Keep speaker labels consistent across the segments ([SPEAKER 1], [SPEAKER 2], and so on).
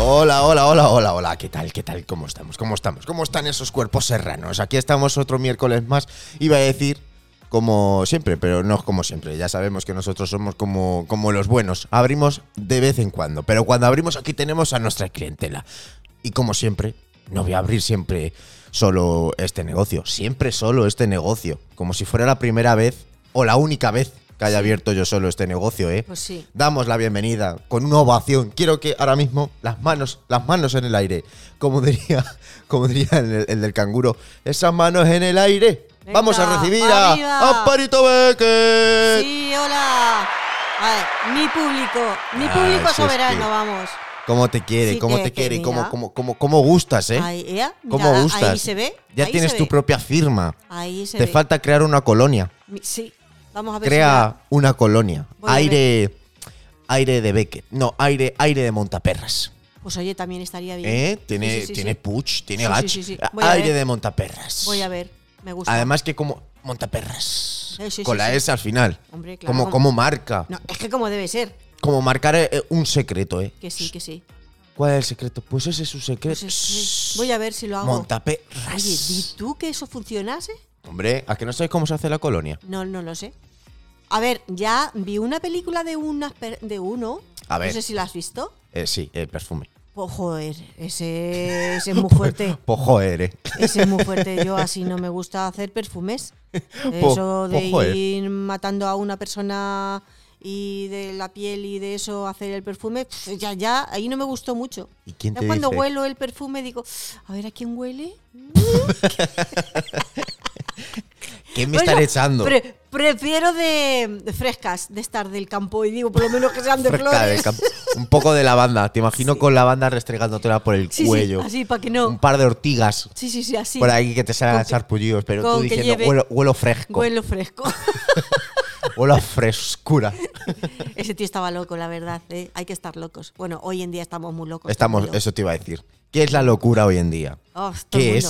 [SPEAKER 1] Hola, hola, hola, hola, hola. ¿Qué tal? ¿Qué tal? ¿Cómo estamos? ¿Cómo estamos? ¿Cómo están esos cuerpos serranos? Aquí estamos otro miércoles más. Iba a decir como siempre, pero no como siempre. Ya sabemos que nosotros somos como, como los buenos. Abrimos de vez en cuando, pero cuando abrimos aquí tenemos a nuestra clientela. Y como siempre, no voy a abrir siempre solo este negocio. Siempre solo este negocio. Como si fuera la primera vez o la única vez que haya abierto yo solo este negocio, ¿eh?
[SPEAKER 2] Pues sí.
[SPEAKER 1] Damos la bienvenida con una ovación. Quiero que ahora mismo las manos, las manos en el aire. Como diría, como diría el, el del canguro, esas manos en el aire.
[SPEAKER 2] Venga,
[SPEAKER 1] Vamos a recibir
[SPEAKER 2] arriba.
[SPEAKER 1] a Amparito Becker.
[SPEAKER 2] Sí, hola. A ver, mi público, mi
[SPEAKER 1] Ah,
[SPEAKER 2] público
[SPEAKER 1] si es
[SPEAKER 2] soberano,
[SPEAKER 1] que-
[SPEAKER 2] vamos.
[SPEAKER 1] ¿Cómo te quiere?
[SPEAKER 2] Sí,
[SPEAKER 1] ¿Cómo
[SPEAKER 2] que-
[SPEAKER 1] te
[SPEAKER 2] que
[SPEAKER 1] quiere?
[SPEAKER 2] mira.
[SPEAKER 1] ¿Cómo, cómo, cómo, cómo gustas, eh?
[SPEAKER 2] Ahí, ya,
[SPEAKER 1] ¿Cómo
[SPEAKER 2] mira,
[SPEAKER 1] gustas?
[SPEAKER 2] Ahí se ve.
[SPEAKER 1] Ya
[SPEAKER 2] ahí
[SPEAKER 1] tienes
[SPEAKER 2] se
[SPEAKER 1] tu
[SPEAKER 2] ve,
[SPEAKER 1] propia firma.
[SPEAKER 2] Ahí se
[SPEAKER 1] Te
[SPEAKER 2] ve.
[SPEAKER 1] falta crear una colonia.
[SPEAKER 2] Mi- Sí, vamos a ver. si
[SPEAKER 1] Crea una colonia.
[SPEAKER 2] Voy a ver.
[SPEAKER 1] Aire. Aire de Beckett. No, aire, aire de Montaperras.
[SPEAKER 2] la- Pues oye, también estaría bien.
[SPEAKER 1] ¿Eh? Tiene,
[SPEAKER 2] Sí, sí, sí,
[SPEAKER 1] tiene
[SPEAKER 2] sí.
[SPEAKER 1] puch, tiene
[SPEAKER 2] Sí, sí,
[SPEAKER 1] gach.
[SPEAKER 2] sí, sí. Voy a
[SPEAKER 1] Aire
[SPEAKER 2] ver.
[SPEAKER 1] de Montaperras.
[SPEAKER 2] Voy a ver, me gusta.
[SPEAKER 1] Además que como Montaperras.
[SPEAKER 2] Sí, sí,
[SPEAKER 1] con
[SPEAKER 2] sí,
[SPEAKER 1] la
[SPEAKER 2] sí.
[SPEAKER 1] S al final.
[SPEAKER 2] Hombre, claro,
[SPEAKER 1] Como,
[SPEAKER 2] como-
[SPEAKER 1] como marca.
[SPEAKER 2] No, es que como debe ser.
[SPEAKER 1] Como marcar eh, un secreto, ¿eh?
[SPEAKER 2] Que sí, que sí.
[SPEAKER 1] ¿Cuál es el secreto? Pues ese es su secreto.
[SPEAKER 2] Pues es- sí. Voy a ver si lo hago.
[SPEAKER 1] Montaperras.
[SPEAKER 2] Oye, ¿di tú que eso funcionase?
[SPEAKER 1] Hombre, ¿a que no sabéis cómo se hace la colonia?
[SPEAKER 2] No, no lo sé. A ver, ya vi una película de unas per- de uno.
[SPEAKER 1] A ver.
[SPEAKER 2] No sé si la has visto.
[SPEAKER 1] Eh, sí, el perfume.
[SPEAKER 2] Pues joder, ese, ese es muy fuerte.
[SPEAKER 1] Pues joder, eh.
[SPEAKER 2] Ese es muy fuerte. Yo así no me gusta hacer perfumes.
[SPEAKER 1] Po-
[SPEAKER 2] Eso de
[SPEAKER 1] po- joder.
[SPEAKER 2] ir matando a una persona y de la piel y de eso hacer el perfume, pf, ya, ya, ahí no me gustó mucho.
[SPEAKER 1] ¿Y quién
[SPEAKER 2] Ya
[SPEAKER 1] te
[SPEAKER 2] cuando
[SPEAKER 1] dice?
[SPEAKER 2] huelo el perfume digo, a ver a quién huele.
[SPEAKER 1] ¿Qué me
[SPEAKER 2] Bueno,
[SPEAKER 1] están echando?
[SPEAKER 2] pre- prefiero de, de frescas, de estar del campo y digo, por lo menos que sean de
[SPEAKER 1] Fresca del
[SPEAKER 2] flores.
[SPEAKER 1] campo. Un poco de lavanda. Te imagino con lavanda restregándotela por el
[SPEAKER 2] Sí, sí,
[SPEAKER 1] cuello.
[SPEAKER 2] así, pa' que no.
[SPEAKER 1] Un par de ortigas
[SPEAKER 2] Sí, sí, sí, así.
[SPEAKER 1] por ahí que te salgan
[SPEAKER 2] Con que-
[SPEAKER 1] sarpullidos, pero
[SPEAKER 2] con
[SPEAKER 1] tú
[SPEAKER 2] que
[SPEAKER 1] diciendo
[SPEAKER 2] lleve-
[SPEAKER 1] huelo, huelo fresco,
[SPEAKER 2] Huelo fresco.
[SPEAKER 1] huelo a frescura.
[SPEAKER 2] Ese tío estaba loco, la verdad. ¿eh? Hay que estar locos. Bueno, hoy en día estamos muy locos.
[SPEAKER 1] Estamos,
[SPEAKER 2] todo el mundo.
[SPEAKER 1] eso te iba a decir. ¿Qué es la locura hoy en día?
[SPEAKER 2] Oh, todo el
[SPEAKER 1] ¿Qué
[SPEAKER 2] mundo.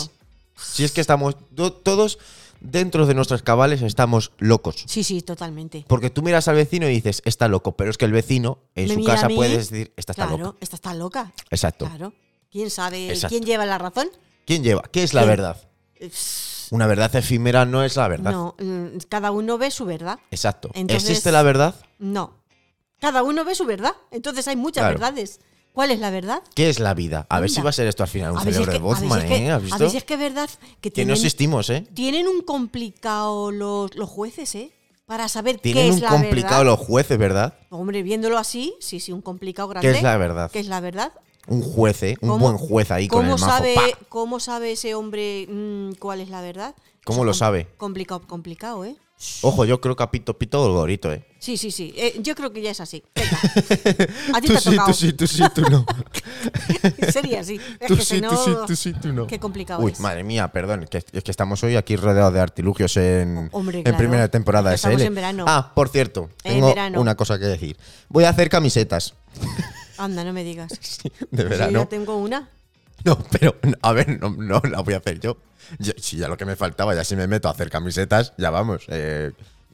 [SPEAKER 1] es? Si es que estamos to- todos dentro de nuestras cabales estamos locos.
[SPEAKER 2] Sí, sí, totalmente.
[SPEAKER 1] Porque tú miras al vecino y dices, está loco, pero es que el vecino en
[SPEAKER 2] Me
[SPEAKER 1] su
[SPEAKER 2] mira a
[SPEAKER 1] casa
[SPEAKER 2] mí,
[SPEAKER 1] puede decir, está, está
[SPEAKER 2] claro,
[SPEAKER 1] loco.
[SPEAKER 2] esta está loca.
[SPEAKER 1] Exacto.
[SPEAKER 2] Claro. ¿Quién sabe?
[SPEAKER 1] Exacto.
[SPEAKER 2] ¿Quién lleva la razón?
[SPEAKER 1] ¿Quién lleva? ¿Qué es la
[SPEAKER 2] ¿Quién?
[SPEAKER 1] verdad? Una verdad efímera no es la verdad.
[SPEAKER 2] No, mm, cada uno ve su verdad.
[SPEAKER 1] Exacto.
[SPEAKER 2] Entonces-
[SPEAKER 1] ¿Existe la verdad?
[SPEAKER 2] No. Cada uno ve su verdad. Entonces hay muchas
[SPEAKER 1] Claro.
[SPEAKER 2] verdades. ¿Cuál es la verdad?
[SPEAKER 1] ¿Qué es la vida? A ver
[SPEAKER 2] Anda.
[SPEAKER 1] si va a ser esto al final un
[SPEAKER 2] A veces
[SPEAKER 1] cerebro de
[SPEAKER 2] que- a
[SPEAKER 1] Bozman,
[SPEAKER 2] veces que-
[SPEAKER 1] ¿eh? ¿Has
[SPEAKER 2] a
[SPEAKER 1] visto?
[SPEAKER 2] veces que es verdad que
[SPEAKER 1] Que no
[SPEAKER 2] tienen,
[SPEAKER 1] existimos, ¿eh?
[SPEAKER 2] tienen un complicado los, los jueces, ¿eh? Para saber qué
[SPEAKER 1] Tienen
[SPEAKER 2] es
[SPEAKER 1] un
[SPEAKER 2] la
[SPEAKER 1] complicado
[SPEAKER 2] verdad.
[SPEAKER 1] los jueces, ¿verdad?
[SPEAKER 2] Hombre, viéndolo así, sí, sí, un complicado grande.
[SPEAKER 1] ¿Qué es la verdad?
[SPEAKER 2] ¿Qué es la verdad?
[SPEAKER 1] Un juez, ¿eh? Un
[SPEAKER 2] ¿Cómo-
[SPEAKER 1] buen juez ahí con el
[SPEAKER 2] ¿Cómo
[SPEAKER 1] mazo.
[SPEAKER 2] sabe,
[SPEAKER 1] ¡pa!
[SPEAKER 2] ¿Cómo sabe ese hombre mm, cuál es la verdad?
[SPEAKER 1] ¿Cómo lo
[SPEAKER 2] com-
[SPEAKER 1] sabe?
[SPEAKER 2] Complicado, complicado, ¿eh?
[SPEAKER 1] Ojo, yo creo que a Pito Pito Gorito, ¿eh?
[SPEAKER 2] Sí, sí, sí. Eh, yo creo que ya es así. Venga. A ti
[SPEAKER 1] Tú
[SPEAKER 2] te ha
[SPEAKER 1] sí,
[SPEAKER 2] tocado.
[SPEAKER 1] tú sí, tú sí, tú no.
[SPEAKER 2] Sería así. Es
[SPEAKER 1] Tú
[SPEAKER 2] que
[SPEAKER 1] sí,
[SPEAKER 2] si
[SPEAKER 1] tú
[SPEAKER 2] no-
[SPEAKER 1] sí, tú sí, tú no.
[SPEAKER 2] Qué complicado
[SPEAKER 1] Uy,
[SPEAKER 2] es.
[SPEAKER 1] madre mía, perdón, que, es que estamos hoy aquí rodeados de artilugios en,
[SPEAKER 2] Ho- hombre,
[SPEAKER 1] en
[SPEAKER 2] claro.
[SPEAKER 1] primera temporada
[SPEAKER 2] Estamos
[SPEAKER 1] SL.
[SPEAKER 2] en verano.
[SPEAKER 1] Ah, por cierto,
[SPEAKER 2] En
[SPEAKER 1] tengo
[SPEAKER 2] verano.
[SPEAKER 1] una cosa que decir. Voy a hacer camisetas
[SPEAKER 2] Anda, no me digas.
[SPEAKER 1] de
[SPEAKER 2] Yo ya
[SPEAKER 1] verano.
[SPEAKER 2] tengo una.
[SPEAKER 1] No, pero a ver, no, no la voy a hacer yo. Yo- Si ya lo que me faltaba, ya si me meto a hacer camisetas, ya vamos. eh,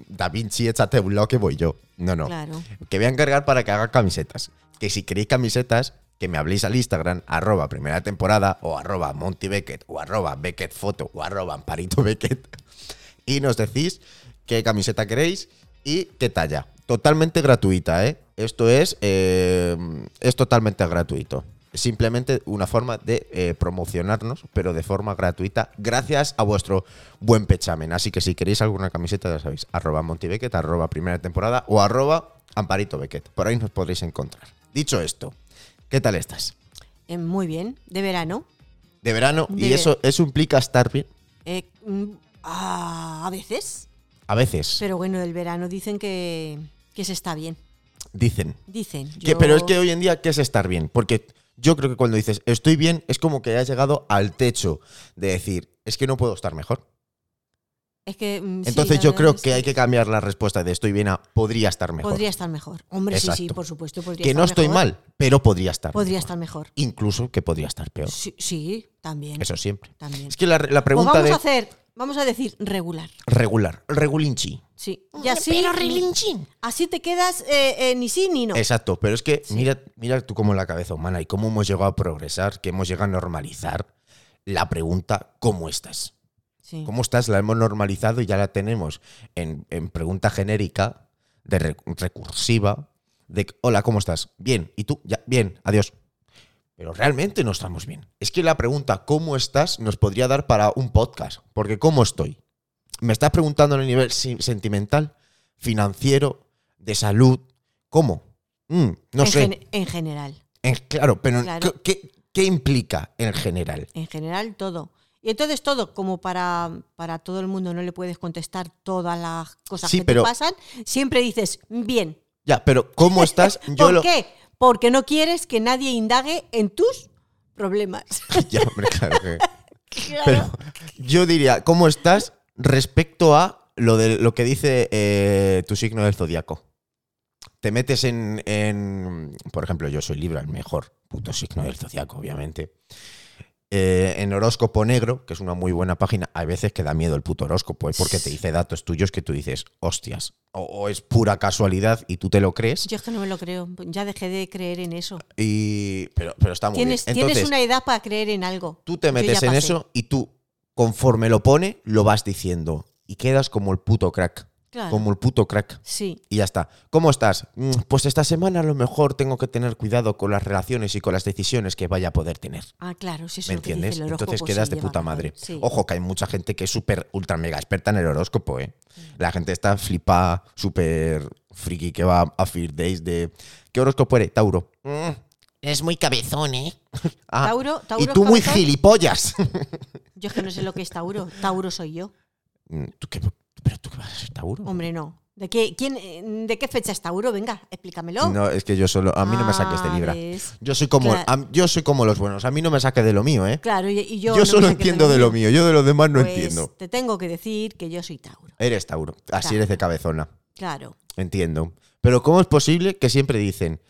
[SPEAKER 1] da Vinci, échate un lado que voy yo. No, no.
[SPEAKER 2] Claro.
[SPEAKER 1] Que voy a encargar para que haga camisetas. Que si queréis camisetas, que me habléis al Instagram, arroba primera temporada, o arroba Monty Beckett, o arroba Beckett Foto, o arroba Amparito Beckett. Y nos decís qué camiseta queréis y qué talla. Totalmente gratuita, ¿eh? Esto es, eh, es totalmente gratuito. Simplemente una forma de eh, promocionarnos, pero de forma gratuita, gracias a vuestro buen pechamen. Así que si queréis alguna camiseta, ya sabéis, arroba montibecket, arroba primera temporada o arroba amparito becket. Por ahí nos podréis encontrar. Dicho esto, ¿qué tal estás?
[SPEAKER 2] Eh, muy bien. De verano.
[SPEAKER 1] De verano, y
[SPEAKER 2] De-
[SPEAKER 1] eso, eso implica estar bien.
[SPEAKER 2] Eh, mm, ah, a veces.
[SPEAKER 1] A veces,
[SPEAKER 2] Pero bueno, el verano dicen que, que se está bien.
[SPEAKER 1] dicen.
[SPEAKER 2] Dicen.
[SPEAKER 1] Que-
[SPEAKER 2] Yo-
[SPEAKER 1] pero es que hoy en día, ¿qué es estar bien? Porque yo creo que cuando dices estoy bien, es como que has llegado al techo de decir es que no puedo estar mejor.
[SPEAKER 2] es que, mm, sí,
[SPEAKER 1] Entonces
[SPEAKER 2] la
[SPEAKER 1] yo
[SPEAKER 2] verdad
[SPEAKER 1] creo
[SPEAKER 2] es
[SPEAKER 1] que hay que cambiar la respuesta de estoy bien a podría estar mejor.
[SPEAKER 2] Podría estar mejor. Hombre, sí, sí,
[SPEAKER 1] Exacto.
[SPEAKER 2] por supuesto. Podría
[SPEAKER 1] que
[SPEAKER 2] estar
[SPEAKER 1] no estoy
[SPEAKER 2] mejor.
[SPEAKER 1] mal, pero podría estar.
[SPEAKER 2] Podría
[SPEAKER 1] mejor.
[SPEAKER 2] estar mejor.
[SPEAKER 1] Incluso que podría estar peor.
[SPEAKER 2] Sí, sí, también.
[SPEAKER 1] Eso siempre.
[SPEAKER 2] También.
[SPEAKER 1] Es que la, la
[SPEAKER 2] Pues
[SPEAKER 1] pregunta
[SPEAKER 2] vamos
[SPEAKER 1] de
[SPEAKER 2] a hacer Vamos a decir regular.
[SPEAKER 1] Regular, regulinchi.
[SPEAKER 2] Sí. Y así,
[SPEAKER 1] Pero regulinchi.
[SPEAKER 2] así te quedas eh, eh, ni sí ni no.
[SPEAKER 1] Exacto, pero es que mira, mira tú cómo la cabeza humana y cómo hemos llegado a progresar, que hemos llegado a normalizar la pregunta ¿cómo estás?
[SPEAKER 2] Sí.
[SPEAKER 1] ¿Cómo estás? La hemos normalizado y ya la tenemos en, en pregunta genérica, de re- recursiva, de hola, ¿cómo estás? Bien, ¿y tú? Ya, bien, adiós. Pero realmente no estamos bien. Es que la pregunta ¿cómo estás? nos podría dar para un podcast, porque ¿cómo estoy? Me estás preguntando en el nivel si- sentimental, financiero, de salud, ¿cómo? Mm, no
[SPEAKER 2] en,
[SPEAKER 1] sé.
[SPEAKER 2] gen- en general.
[SPEAKER 1] En- claro, pero en-
[SPEAKER 2] Claro.
[SPEAKER 1] ¿qué- qué, qué implica en general?
[SPEAKER 2] En general, todo. Y entonces todo, como para, para todo el mundo no le puedes contestar todas las cosas
[SPEAKER 1] Sí,
[SPEAKER 2] que
[SPEAKER 1] pero-
[SPEAKER 2] te pasan, siempre dices, bien.
[SPEAKER 1] Ya, pero ¿cómo estás? Yo
[SPEAKER 2] ¿Por
[SPEAKER 1] lo-
[SPEAKER 2] qué? Porque no quieres que nadie indague en tus problemas.
[SPEAKER 1] Ya, hombre, claro que-
[SPEAKER 2] Claro.
[SPEAKER 1] Pero yo diría, ¿cómo estás respecto a lo de lo que dice eh, tu signo del zodiaco? Te metes en, en- Por ejemplo, yo soy Libra, el mejor puto signo del zodiaco, obviamente. Eh, en Horóscopo Negro, que es una muy buena página, hay veces que da miedo el puto horóscopo, ¿eh? porque te dice datos tuyos que tú dices, hostias, o, o es pura casualidad y tú te lo crees.
[SPEAKER 2] Yo es que no me lo creo, ya dejé de creer en eso.
[SPEAKER 1] Y, pero, pero está muy
[SPEAKER 2] Tienes,
[SPEAKER 1] bien.
[SPEAKER 2] tienes
[SPEAKER 1] Entonces,
[SPEAKER 2] una edad para creer en algo.
[SPEAKER 1] tú te
[SPEAKER 2] Yo ya
[SPEAKER 1] metes en
[SPEAKER 2] pasé.
[SPEAKER 1] eso y tú, conforme lo pone, lo vas diciendo. Y quedas como el puto crack.
[SPEAKER 2] Claro.
[SPEAKER 1] Como el puto crack.
[SPEAKER 2] Sí,
[SPEAKER 1] Y ya está. ¿Cómo estás? "Mm, Pues esta semana a lo mejor tengo que tener cuidado con las relaciones y con las decisiones que vaya a poder tener.
[SPEAKER 2] ah, claro, sí, eso
[SPEAKER 1] ¿Me
[SPEAKER 2] es lo que dice
[SPEAKER 1] entiendes?
[SPEAKER 2] el horóscopo,
[SPEAKER 1] Entonces
[SPEAKER 2] sí,
[SPEAKER 1] quedas de
[SPEAKER 2] lleva
[SPEAKER 1] puta
[SPEAKER 2] razón.
[SPEAKER 1] madre.
[SPEAKER 2] Sí.
[SPEAKER 1] Ojo, que hay mucha gente que es súper, ultra, mega experta en el horóscopo, ¿eh?
[SPEAKER 2] Mm.
[SPEAKER 1] La gente está flipada, súper friki, que va a Fear Days de... ¿Qué horóscopo eres? Tauro.
[SPEAKER 2] Mm.
[SPEAKER 1] es muy cabezón, ¿eh? Ah,
[SPEAKER 2] Tauro- Tauro
[SPEAKER 1] y
[SPEAKER 2] es
[SPEAKER 1] tú muy
[SPEAKER 2] cabezón.
[SPEAKER 1] gilipollas.
[SPEAKER 2] Yo es que no sé lo que es Tauro. Tauro soy yo.
[SPEAKER 1] Mm, ¿Tú qué, ¿Pero tú qué vas a ser Tauro?
[SPEAKER 2] Hombre, no. ¿De qué, quién, eh, ¿De qué fecha es Tauro? Venga, explícamelo.
[SPEAKER 1] No, es que yo solo... A mí no me saques de
[SPEAKER 2] Ah,
[SPEAKER 1] Libra.
[SPEAKER 2] ¿ves?
[SPEAKER 1] Yo soy como,
[SPEAKER 2] Claro.
[SPEAKER 1] a- yo soy como los buenos. A mí no me saques de lo mío, ¿eh?
[SPEAKER 2] Claro, y, y
[SPEAKER 1] Yo,
[SPEAKER 2] yo. no me
[SPEAKER 1] solo
[SPEAKER 2] saques
[SPEAKER 1] entiendo de lo mío. Yo de los demás no
[SPEAKER 2] Pues
[SPEAKER 1] entiendo.
[SPEAKER 2] Te tengo que decir que yo soy Tauro.
[SPEAKER 1] Eres Tauro. Así
[SPEAKER 2] Claro.
[SPEAKER 1] eres de cabezona.
[SPEAKER 2] Claro.
[SPEAKER 1] Entiendo. Pero ¿cómo es posible que siempre dicen,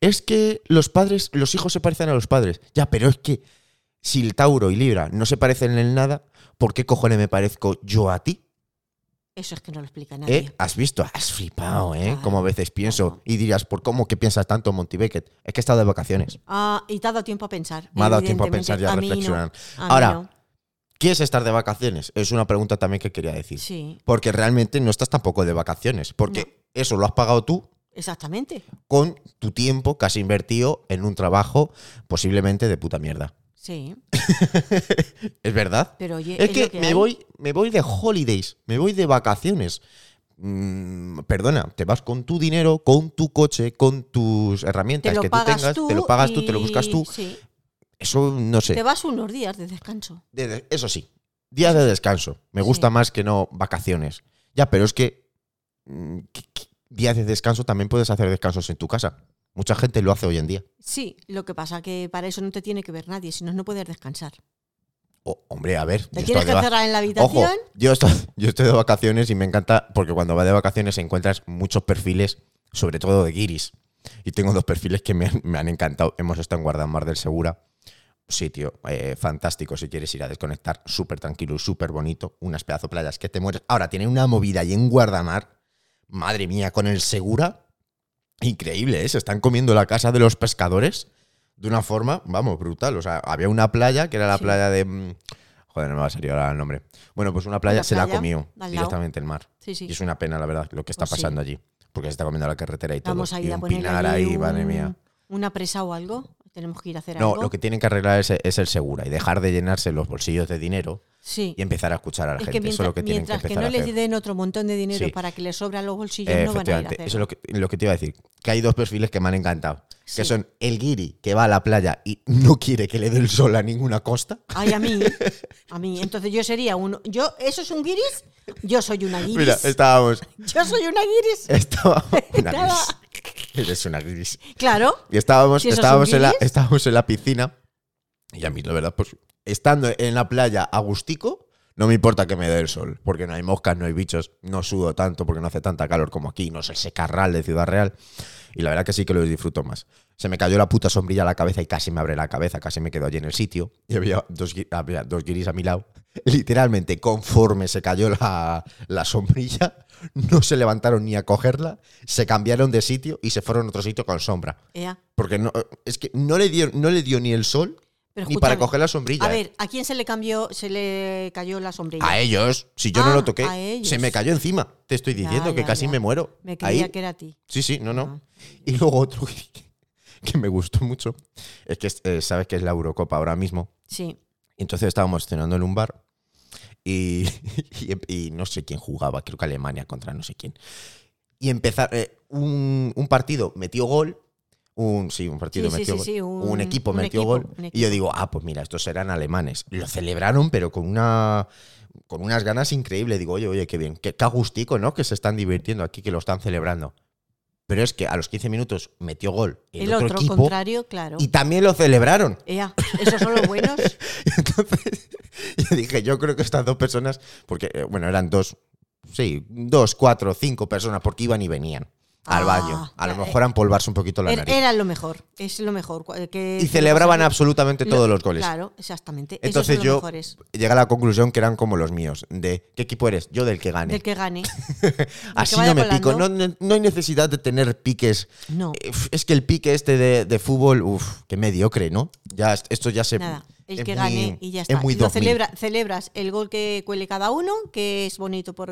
[SPEAKER 1] es que los padres, los hijos se parecen a los padres? Ya, pero es que si el Tauro y Libra no se parecen en nada, ¿por qué cojones me parezco yo a ti?
[SPEAKER 2] Eso es que no lo explica nadie.
[SPEAKER 1] ¿Eh? ¿Has visto? Has flipado, ¿eh?
[SPEAKER 2] Claro.
[SPEAKER 1] Como a veces pienso.
[SPEAKER 2] Ojo.
[SPEAKER 1] Y dirías, ¿por cómo que piensas tanto, Monty Beckett? Es que he estado de vacaciones.
[SPEAKER 2] Ah, y te ha dado tiempo a pensar.
[SPEAKER 1] Me ha dado tiempo a
[SPEAKER 2] evidentemente.
[SPEAKER 1] pensar y a
[SPEAKER 2] mí no,
[SPEAKER 1] reflexionar.
[SPEAKER 2] a mí
[SPEAKER 1] Ahora,
[SPEAKER 2] no.
[SPEAKER 1] ¿qué es estar de vacaciones? Es una pregunta también que quería decir.
[SPEAKER 2] Sí,
[SPEAKER 1] Porque realmente no estás tampoco de vacaciones. Porque eso lo has pagado tú
[SPEAKER 2] exactamente.
[SPEAKER 1] con tu tiempo que has invertido en un trabajo posiblemente de puta mierda.
[SPEAKER 2] Sí.
[SPEAKER 1] ¿Es verdad?
[SPEAKER 2] Pero oye,
[SPEAKER 1] es,
[SPEAKER 2] es
[SPEAKER 1] que,
[SPEAKER 2] lo que
[SPEAKER 1] me,
[SPEAKER 2] hay.
[SPEAKER 1] voy, me voy de holidays, me voy de vacaciones. Mm, perdona, te vas con tu dinero, con tu coche, con tus herramientas
[SPEAKER 2] Te lo
[SPEAKER 1] que tú
[SPEAKER 2] pagas
[SPEAKER 1] tengas,
[SPEAKER 2] tú.
[SPEAKER 1] te lo pagas tú, te lo
[SPEAKER 2] y-
[SPEAKER 1] buscas tú. Eh.
[SPEAKER 2] Sí.
[SPEAKER 1] Eso no sé.
[SPEAKER 2] Te vas unos días de descanso.
[SPEAKER 1] De- de- eso sí, días de descanso. Me gusta
[SPEAKER 2] Sí.
[SPEAKER 1] más que no vacaciones. Ya, pero es que mm, ¿qué- qué- días de descanso también puedes hacer descansos en tu casa. Mucha gente lo hace hoy en día.
[SPEAKER 2] Sí, lo que pasa que para eso no te tiene que ver nadie, si no, no puedes descansar.
[SPEAKER 1] Oh, hombre, a ver.
[SPEAKER 2] Te
[SPEAKER 1] yo
[SPEAKER 2] tienes
[SPEAKER 1] estoy
[SPEAKER 2] que
[SPEAKER 1] de va-
[SPEAKER 2] cerrar en la
[SPEAKER 1] Ojo,
[SPEAKER 2] habitación.
[SPEAKER 1] yo estoy, yo estoy de vacaciones y me encanta porque cuando vas de vacaciones encuentras muchos perfiles, sobre todo de guiris. Y tengo dos perfiles que me han, me han encantado. Hemos estado en Guardamar del Segura. Sitio eh, fantástico si quieres ir a desconectar. Súper tranquilo y súper bonito. Unas pedazo de playas que te mueres. Ahora tiene una movida y en Guardamar. Madre mía, con el Segura. Increíble, ¿eh? Se están comiendo la casa de los pescadores de una forma, vamos, brutal. O sea, había una playa que era la
[SPEAKER 2] Sí.
[SPEAKER 1] playa de. mm, Joder, no me va a salir ahora el nombre. Bueno, pues una playa
[SPEAKER 2] Una
[SPEAKER 1] se la
[SPEAKER 2] playa
[SPEAKER 1] comió
[SPEAKER 2] al lado.
[SPEAKER 1] directamente el mar.
[SPEAKER 2] Sí, sí.
[SPEAKER 1] Y es una pena, la verdad, lo que está
[SPEAKER 2] Pues sí.
[SPEAKER 1] pasando allí. Porque se está comiendo la carretera y todo.
[SPEAKER 2] Vamos a
[SPEAKER 1] y
[SPEAKER 2] ir a
[SPEAKER 1] un
[SPEAKER 2] poner
[SPEAKER 1] pinar
[SPEAKER 2] allí
[SPEAKER 1] ahí, madre
[SPEAKER 2] un-
[SPEAKER 1] mía.
[SPEAKER 2] una presa o algo. Tenemos que ir a hacer
[SPEAKER 1] No,
[SPEAKER 2] algo.
[SPEAKER 1] lo que tienen que arreglar es, es el segura y dejar de llenarse los bolsillos de dinero
[SPEAKER 2] sí.
[SPEAKER 1] y empezar a escuchar a la
[SPEAKER 2] Es
[SPEAKER 1] gente.
[SPEAKER 2] que
[SPEAKER 1] eso es
[SPEAKER 2] mientras,
[SPEAKER 1] lo que tienen que
[SPEAKER 2] mientras que,
[SPEAKER 1] empezar
[SPEAKER 2] no
[SPEAKER 1] a hacer.
[SPEAKER 2] les den otro montón de dinero
[SPEAKER 1] Sí.
[SPEAKER 2] para que les sobra los bolsillos,
[SPEAKER 1] Eh,
[SPEAKER 2] no van a ir a
[SPEAKER 1] Efectivamente,
[SPEAKER 2] hacer.
[SPEAKER 1] eso es lo que, lo que te iba a decir. Que hay dos perfiles que me han encantado. Que
[SPEAKER 2] Sí.
[SPEAKER 1] son el guiri que va a la playa y no quiere que le dé el sol a ninguna costa.
[SPEAKER 2] Ay, a mí. A mí. Entonces yo sería uno. Yo, ¿Eso es un guiris? Yo soy una guiris.
[SPEAKER 1] Mira, estábamos.
[SPEAKER 2] Yo soy una guiris.
[SPEAKER 1] Estábamos. Una
[SPEAKER 2] Estaba-
[SPEAKER 1] guiris. Eres una guiris.
[SPEAKER 2] Claro.
[SPEAKER 1] Y estábamos,
[SPEAKER 2] Si esos
[SPEAKER 1] estábamos,
[SPEAKER 2] son
[SPEAKER 1] en la,
[SPEAKER 2] guiris.
[SPEAKER 1] estábamos en la piscina. Y a mí, la verdad, pues estando en la playa agustico, no me importa que me dé el sol, porque no hay moscas, no hay bichos, no sudo tanto porque no hace tanta calor como aquí, no es el secarral de Ciudad Real. Y la verdad que sí que lo disfruto más. Se me cayó la puta sombrilla a la cabeza y casi me abre la cabeza, casi me quedo allí en el sitio. Y había dos, gui- había dos guiris a mi lado. Literalmente, conforme se cayó la, la sombrilla, no se levantaron ni a cogerla, se cambiaron de sitio y se fueron a otro sitio con sombra.
[SPEAKER 2] Ea.
[SPEAKER 1] Porque no, es que no le dio, no le dio ni el sol
[SPEAKER 2] Pero
[SPEAKER 1] ni para
[SPEAKER 2] escúchame,
[SPEAKER 1] coger la sombrilla.
[SPEAKER 2] A
[SPEAKER 1] ¿eh?
[SPEAKER 2] ver, ¿a quién se le cambió, se le cayó la sombrilla?
[SPEAKER 1] A ellos, si yo
[SPEAKER 2] Ah,
[SPEAKER 1] no lo toqué,
[SPEAKER 2] a ellos.
[SPEAKER 1] se me cayó encima. Te estoy
[SPEAKER 2] Ya,
[SPEAKER 1] diciendo que
[SPEAKER 2] ya,
[SPEAKER 1] casi
[SPEAKER 2] ya.
[SPEAKER 1] me muero.
[SPEAKER 2] Me creía
[SPEAKER 1] Ahí-
[SPEAKER 2] que era a ti.
[SPEAKER 1] Sí, sí, no, no.
[SPEAKER 2] Ah.
[SPEAKER 1] Y luego otro que, que me gustó mucho es que eh, sabes que es la Eurocopa ahora mismo.
[SPEAKER 2] Sí.
[SPEAKER 1] Y Entonces estábamos cenando en un bar y, y- y no sé quién jugaba, creo que Alemania contra no sé quién. Y empezar eh, un, un partido metió gol. Un, sí, un partido
[SPEAKER 2] Sí, sí,
[SPEAKER 1] metió
[SPEAKER 2] sí,
[SPEAKER 1] gol.
[SPEAKER 2] sí,
[SPEAKER 1] un,
[SPEAKER 2] un-
[SPEAKER 1] equipo
[SPEAKER 2] un
[SPEAKER 1] metió
[SPEAKER 2] equipo,
[SPEAKER 1] gol.
[SPEAKER 2] un
[SPEAKER 1] Y yo digo, ah, pues mira, estos eran alemanes. Lo celebraron, pero con una con unas ganas increíbles. Digo, oye, oye, qué bien, qué, qué agustico, ¿no? Que se están divirtiendo aquí, que lo están celebrando. Pero es que a los 15 minutos metió gol el,
[SPEAKER 2] El,
[SPEAKER 1] otro,
[SPEAKER 2] otro,
[SPEAKER 1] equipo
[SPEAKER 2] contrario, claro.
[SPEAKER 1] y también lo celebraron.
[SPEAKER 2] Ea, ¿esos son los buenos?
[SPEAKER 1] Entonces, yo dije, yo creo que estas dos personas, porque, eh, bueno, eran dos, sí, dos, cuatro, cinco personas, porque iban y venían al
[SPEAKER 2] Ah,
[SPEAKER 1] baño. A lo
[SPEAKER 2] ya, eh.
[SPEAKER 1] mejor a empolvarse un poquito la
[SPEAKER 2] Er-
[SPEAKER 1] nariz.
[SPEAKER 2] era lo mejor, es lo mejor. cua- Que
[SPEAKER 1] y celebraban absolutamente
[SPEAKER 2] Lo-
[SPEAKER 1] todos los goles.
[SPEAKER 2] Claro, exactamente.
[SPEAKER 1] Entonces
[SPEAKER 2] Entonces
[SPEAKER 1] yo-
[SPEAKER 2] yo... mejores.
[SPEAKER 1] Llega a la conclusión que eran como los míos, de ¿qué equipo eres? Yo del que gane.
[SPEAKER 2] Del que gane.
[SPEAKER 1] Así
[SPEAKER 2] vaya
[SPEAKER 1] no me pico, no,
[SPEAKER 2] colando.
[SPEAKER 1] no- no hay necesidad de tener piques.
[SPEAKER 2] No,
[SPEAKER 1] Eh, Es que el pique este de, de fútbol, uff, qué mediocre, ¿no? Ya, est- esto ya se...
[SPEAKER 2] nada. El
[SPEAKER 1] es
[SPEAKER 2] que
[SPEAKER 1] muy-
[SPEAKER 2] gane y ya está.
[SPEAKER 1] Es muy
[SPEAKER 2] Y lo
[SPEAKER 1] 2000.
[SPEAKER 2] celebra- celebras el gol que cuele cada uno, que es bonito por,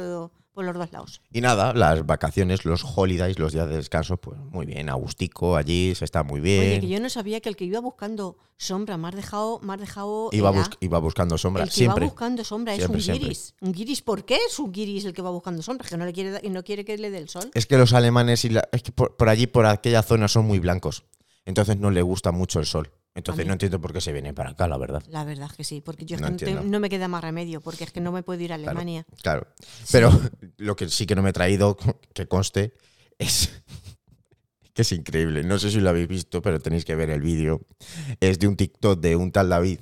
[SPEAKER 2] por los dos lados.
[SPEAKER 1] Y nada, las vacaciones, los holidays, los días de descanso, pues muy bien, agustico, allí se está muy bien.
[SPEAKER 2] Oye, que yo no sabía que el que iba buscando sombra, me has dejado, me has dejado.
[SPEAKER 1] iba,
[SPEAKER 2] helada.
[SPEAKER 1] bus- iba buscando sombra,
[SPEAKER 2] el que
[SPEAKER 1] siempre.
[SPEAKER 2] va buscando sombra
[SPEAKER 1] Siempre,
[SPEAKER 2] es un
[SPEAKER 1] siempre.
[SPEAKER 2] guiris. ¿Un guiris por qué es un guiris el que va buscando sombra? Que no le quiere da- y no quiere que le dé el sol.
[SPEAKER 1] Es que los alemanes y la- es que por, por allí, por aquella zona, son muy blancos. Entonces no le gusta mucho el sol. Entonces
[SPEAKER 2] A mí-
[SPEAKER 1] no entiendo por qué se viene para acá, la verdad.
[SPEAKER 2] La verdad es que sí, porque yo es
[SPEAKER 1] No
[SPEAKER 2] que no, te-
[SPEAKER 1] entiendo.
[SPEAKER 2] no me queda más remedio, porque es que no me puedo ir a Alemania.
[SPEAKER 1] Claro. Pero lo que sí que no me he traído, que conste, es que es increíble. No sé si lo habéis visto, pero tenéis que ver el vídeo. Es de un TikTok de un tal David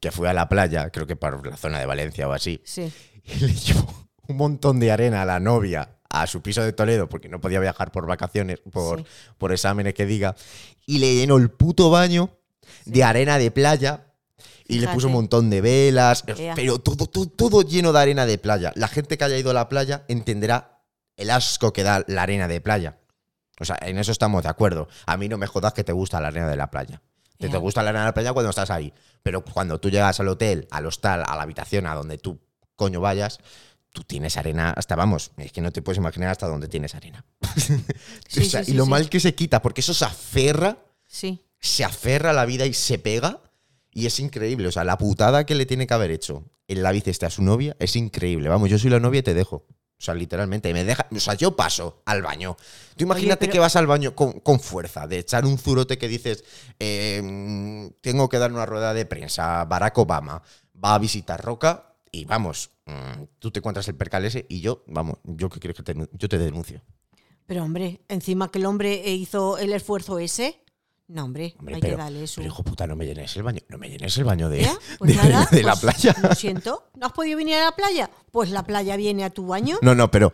[SPEAKER 1] que fue a la playa, creo que para la zona de Valencia o así,
[SPEAKER 2] Sí.
[SPEAKER 1] y le llevó un montón de arena a la novia a su piso de Toledo porque no podía viajar por vacaciones, por,
[SPEAKER 2] Sí.
[SPEAKER 1] por exámenes que diga, y le llenó el puto baño de arena de playa. Y le puso
[SPEAKER 2] Fíjate.
[SPEAKER 1] un montón de velas,
[SPEAKER 2] Ea.
[SPEAKER 1] pero todo, todo, todo lleno de arena de playa. La gente que haya ido a la playa entenderá el asco que da la arena de playa. O sea, en eso estamos de acuerdo. A mí no me jodas que te gusta la arena de la playa. Te, te
[SPEAKER 2] Ea.
[SPEAKER 1] gusta la arena de la playa cuando estás ahí. Pero cuando tú llegas al hotel, al hostal, a la habitación, a donde tú coño vayas, tú tienes arena hasta, vamos, es que no te puedes imaginar hasta dónde tienes arena.
[SPEAKER 2] Sí,
[SPEAKER 1] O sea,
[SPEAKER 2] sí,
[SPEAKER 1] y
[SPEAKER 2] sí,
[SPEAKER 1] lo
[SPEAKER 2] sí.
[SPEAKER 1] mal que se quita, porque eso se aferra,
[SPEAKER 2] Sí.
[SPEAKER 1] se aferra a la vida y se pega. Y es increíble, o sea, la putada que le tiene que haber hecho el David este a su novia es increíble. Vamos, yo soy la novia y te dejo. O sea, literalmente, me deja. O sea, yo paso al baño. Tú imagínate
[SPEAKER 2] pero-
[SPEAKER 1] que vas al baño con, con fuerza, de echar un zurote que dices, eh, tengo que dar una rueda de prensa, Barack Obama va a visitar Roca y vamos, mm, tú te encuentras el percal ese y yo, vamos, yo qué quieres que te, yo te denuncio.
[SPEAKER 2] Pero hombre, encima que el hombre eh, hizo el esfuerzo ese. No, hombre,
[SPEAKER 1] Hombre,
[SPEAKER 2] hay
[SPEAKER 1] pero,
[SPEAKER 2] que darle su.
[SPEAKER 1] pero, hijo puta, no me llenes el baño, no me llenes el baño de,
[SPEAKER 2] ¿Ya? Pues
[SPEAKER 1] de-
[SPEAKER 2] nada,
[SPEAKER 1] de la
[SPEAKER 2] pues,
[SPEAKER 1] playa.
[SPEAKER 2] Lo siento. ¿No has podido venir a la playa? Pues la playa viene a tu baño.
[SPEAKER 1] No, no, pero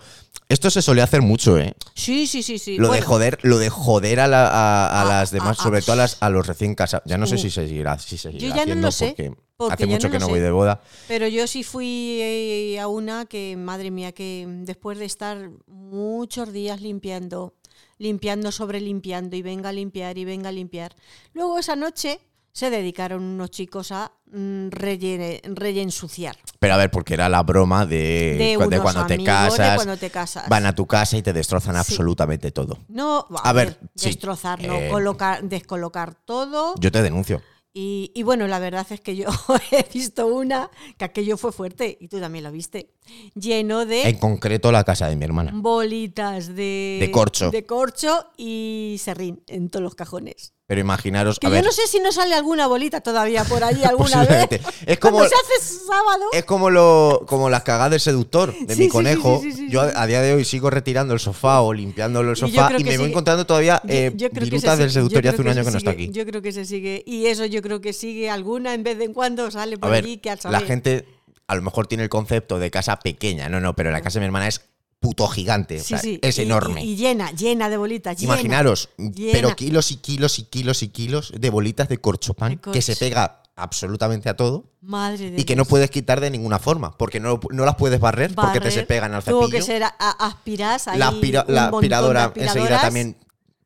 [SPEAKER 1] esto se suele hacer mucho, ¿eh?
[SPEAKER 2] Sí, sí, sí, sí.
[SPEAKER 1] Lo de
[SPEAKER 2] Bueno,
[SPEAKER 1] joder, lo de joder a, la- a- a
[SPEAKER 2] Ah,
[SPEAKER 1] las demás,
[SPEAKER 2] ah, ah.
[SPEAKER 1] sobre todo a, las- a los recién casados. Ya no sé
[SPEAKER 2] Uh.
[SPEAKER 1] si se seguirá, si se seguirá
[SPEAKER 2] ya no
[SPEAKER 1] haciendo
[SPEAKER 2] lo sé,
[SPEAKER 1] porque,
[SPEAKER 2] porque
[SPEAKER 1] hace
[SPEAKER 2] ya
[SPEAKER 1] mucho
[SPEAKER 2] no
[SPEAKER 1] que
[SPEAKER 2] lo
[SPEAKER 1] no
[SPEAKER 2] sé.
[SPEAKER 1] voy de boda.
[SPEAKER 2] Pero yo sí fui eh, a una que, madre mía, que después de estar muchos días limpiando, limpiando sobre limpiando y venga a limpiar y venga a limpiar. Luego esa noche se dedicaron unos chicos a mm, rellene- rellensuciar.
[SPEAKER 1] Pero a ver, porque era la broma de,
[SPEAKER 2] De
[SPEAKER 1] cu- de
[SPEAKER 2] unos
[SPEAKER 1] cuando te
[SPEAKER 2] amigos,
[SPEAKER 1] casas,
[SPEAKER 2] de cuando te casas.
[SPEAKER 1] van a tu casa y te destrozan
[SPEAKER 2] Sí.
[SPEAKER 1] absolutamente todo.
[SPEAKER 2] No,
[SPEAKER 1] A
[SPEAKER 2] a,
[SPEAKER 1] ver,
[SPEAKER 2] ver,
[SPEAKER 1] sí,
[SPEAKER 2] destrozarlo,
[SPEAKER 1] eh,
[SPEAKER 2] colocar, descolocar todo.
[SPEAKER 1] Yo te denuncio.
[SPEAKER 2] Y, y bueno, la verdad es que yo he visto una, que aquello fue fuerte, y tú también lo viste, lleno de
[SPEAKER 1] En concreto, la casa de mi
[SPEAKER 2] Mm.
[SPEAKER 1] hermana.
[SPEAKER 2] bolitas de,
[SPEAKER 1] De corcho.
[SPEAKER 2] de corcho y serrín en todos los cajones.
[SPEAKER 1] Pero imaginaros,
[SPEAKER 2] Que
[SPEAKER 1] a
[SPEAKER 2] yo
[SPEAKER 1] ver,
[SPEAKER 2] no sé si no sale alguna bolita todavía por allí alguna vez.
[SPEAKER 1] Posiblemente. Es como- Eh,
[SPEAKER 2] Cuando se hace sábado.
[SPEAKER 1] es como, lo, como las cagadas del seductor de
[SPEAKER 2] Sí,
[SPEAKER 1] mi
[SPEAKER 2] sí,
[SPEAKER 1] conejo.
[SPEAKER 2] sí, sí, sí,
[SPEAKER 1] yo
[SPEAKER 2] sí.
[SPEAKER 1] a, a día de hoy sigo retirando el sofá o limpiándolo el
[SPEAKER 2] Y yo
[SPEAKER 1] sofá
[SPEAKER 2] creo
[SPEAKER 1] y,
[SPEAKER 2] que
[SPEAKER 1] me voy
[SPEAKER 2] sigue-
[SPEAKER 1] encontrando todavía
[SPEAKER 2] Yo-
[SPEAKER 1] eh,
[SPEAKER 2] yo creo que
[SPEAKER 1] virutas
[SPEAKER 2] se-
[SPEAKER 1] del seductor y
[SPEAKER 2] yo
[SPEAKER 1] hace
[SPEAKER 2] creo
[SPEAKER 1] un
[SPEAKER 2] que
[SPEAKER 1] año
[SPEAKER 2] se
[SPEAKER 1] que no está
[SPEAKER 2] sigue-
[SPEAKER 1] aquí.
[SPEAKER 2] Yo creo que se sigue. Y eso yo creo que sigue alguna en vez de en cuando sale
[SPEAKER 1] A
[SPEAKER 2] por
[SPEAKER 1] ver,
[SPEAKER 2] allí que al saber.
[SPEAKER 1] la gente a lo mejor tiene el concepto de casa pequeña. No, no, pero la casa de mi hermana es puto gigante. o
[SPEAKER 2] Mm. Sí,
[SPEAKER 1] sea,
[SPEAKER 2] sí.
[SPEAKER 1] Es
[SPEAKER 2] Y-
[SPEAKER 1] enorme.
[SPEAKER 2] Y, y llena, llena de bolitas. llena.
[SPEAKER 1] Imaginaros,
[SPEAKER 2] llena.
[SPEAKER 1] pero kilos y kilos y kilos y kilos de bolitas de corchopán
[SPEAKER 2] De corcho.
[SPEAKER 1] que se pega absolutamente a todo
[SPEAKER 2] Madre de
[SPEAKER 1] y que
[SPEAKER 2] Dios.
[SPEAKER 1] no puedes quitar de ninguna forma, porque no, no las puedes barrer, porque te
[SPEAKER 2] Barrer.
[SPEAKER 1] se pegan al
[SPEAKER 2] Tuvo
[SPEAKER 1] cepillo.
[SPEAKER 2] que ser a- a- aspirás ahí
[SPEAKER 1] la, aspira-
[SPEAKER 2] un
[SPEAKER 1] la
[SPEAKER 2] montón de
[SPEAKER 1] aspiradora enseguida
[SPEAKER 2] aspiradoras.
[SPEAKER 1] también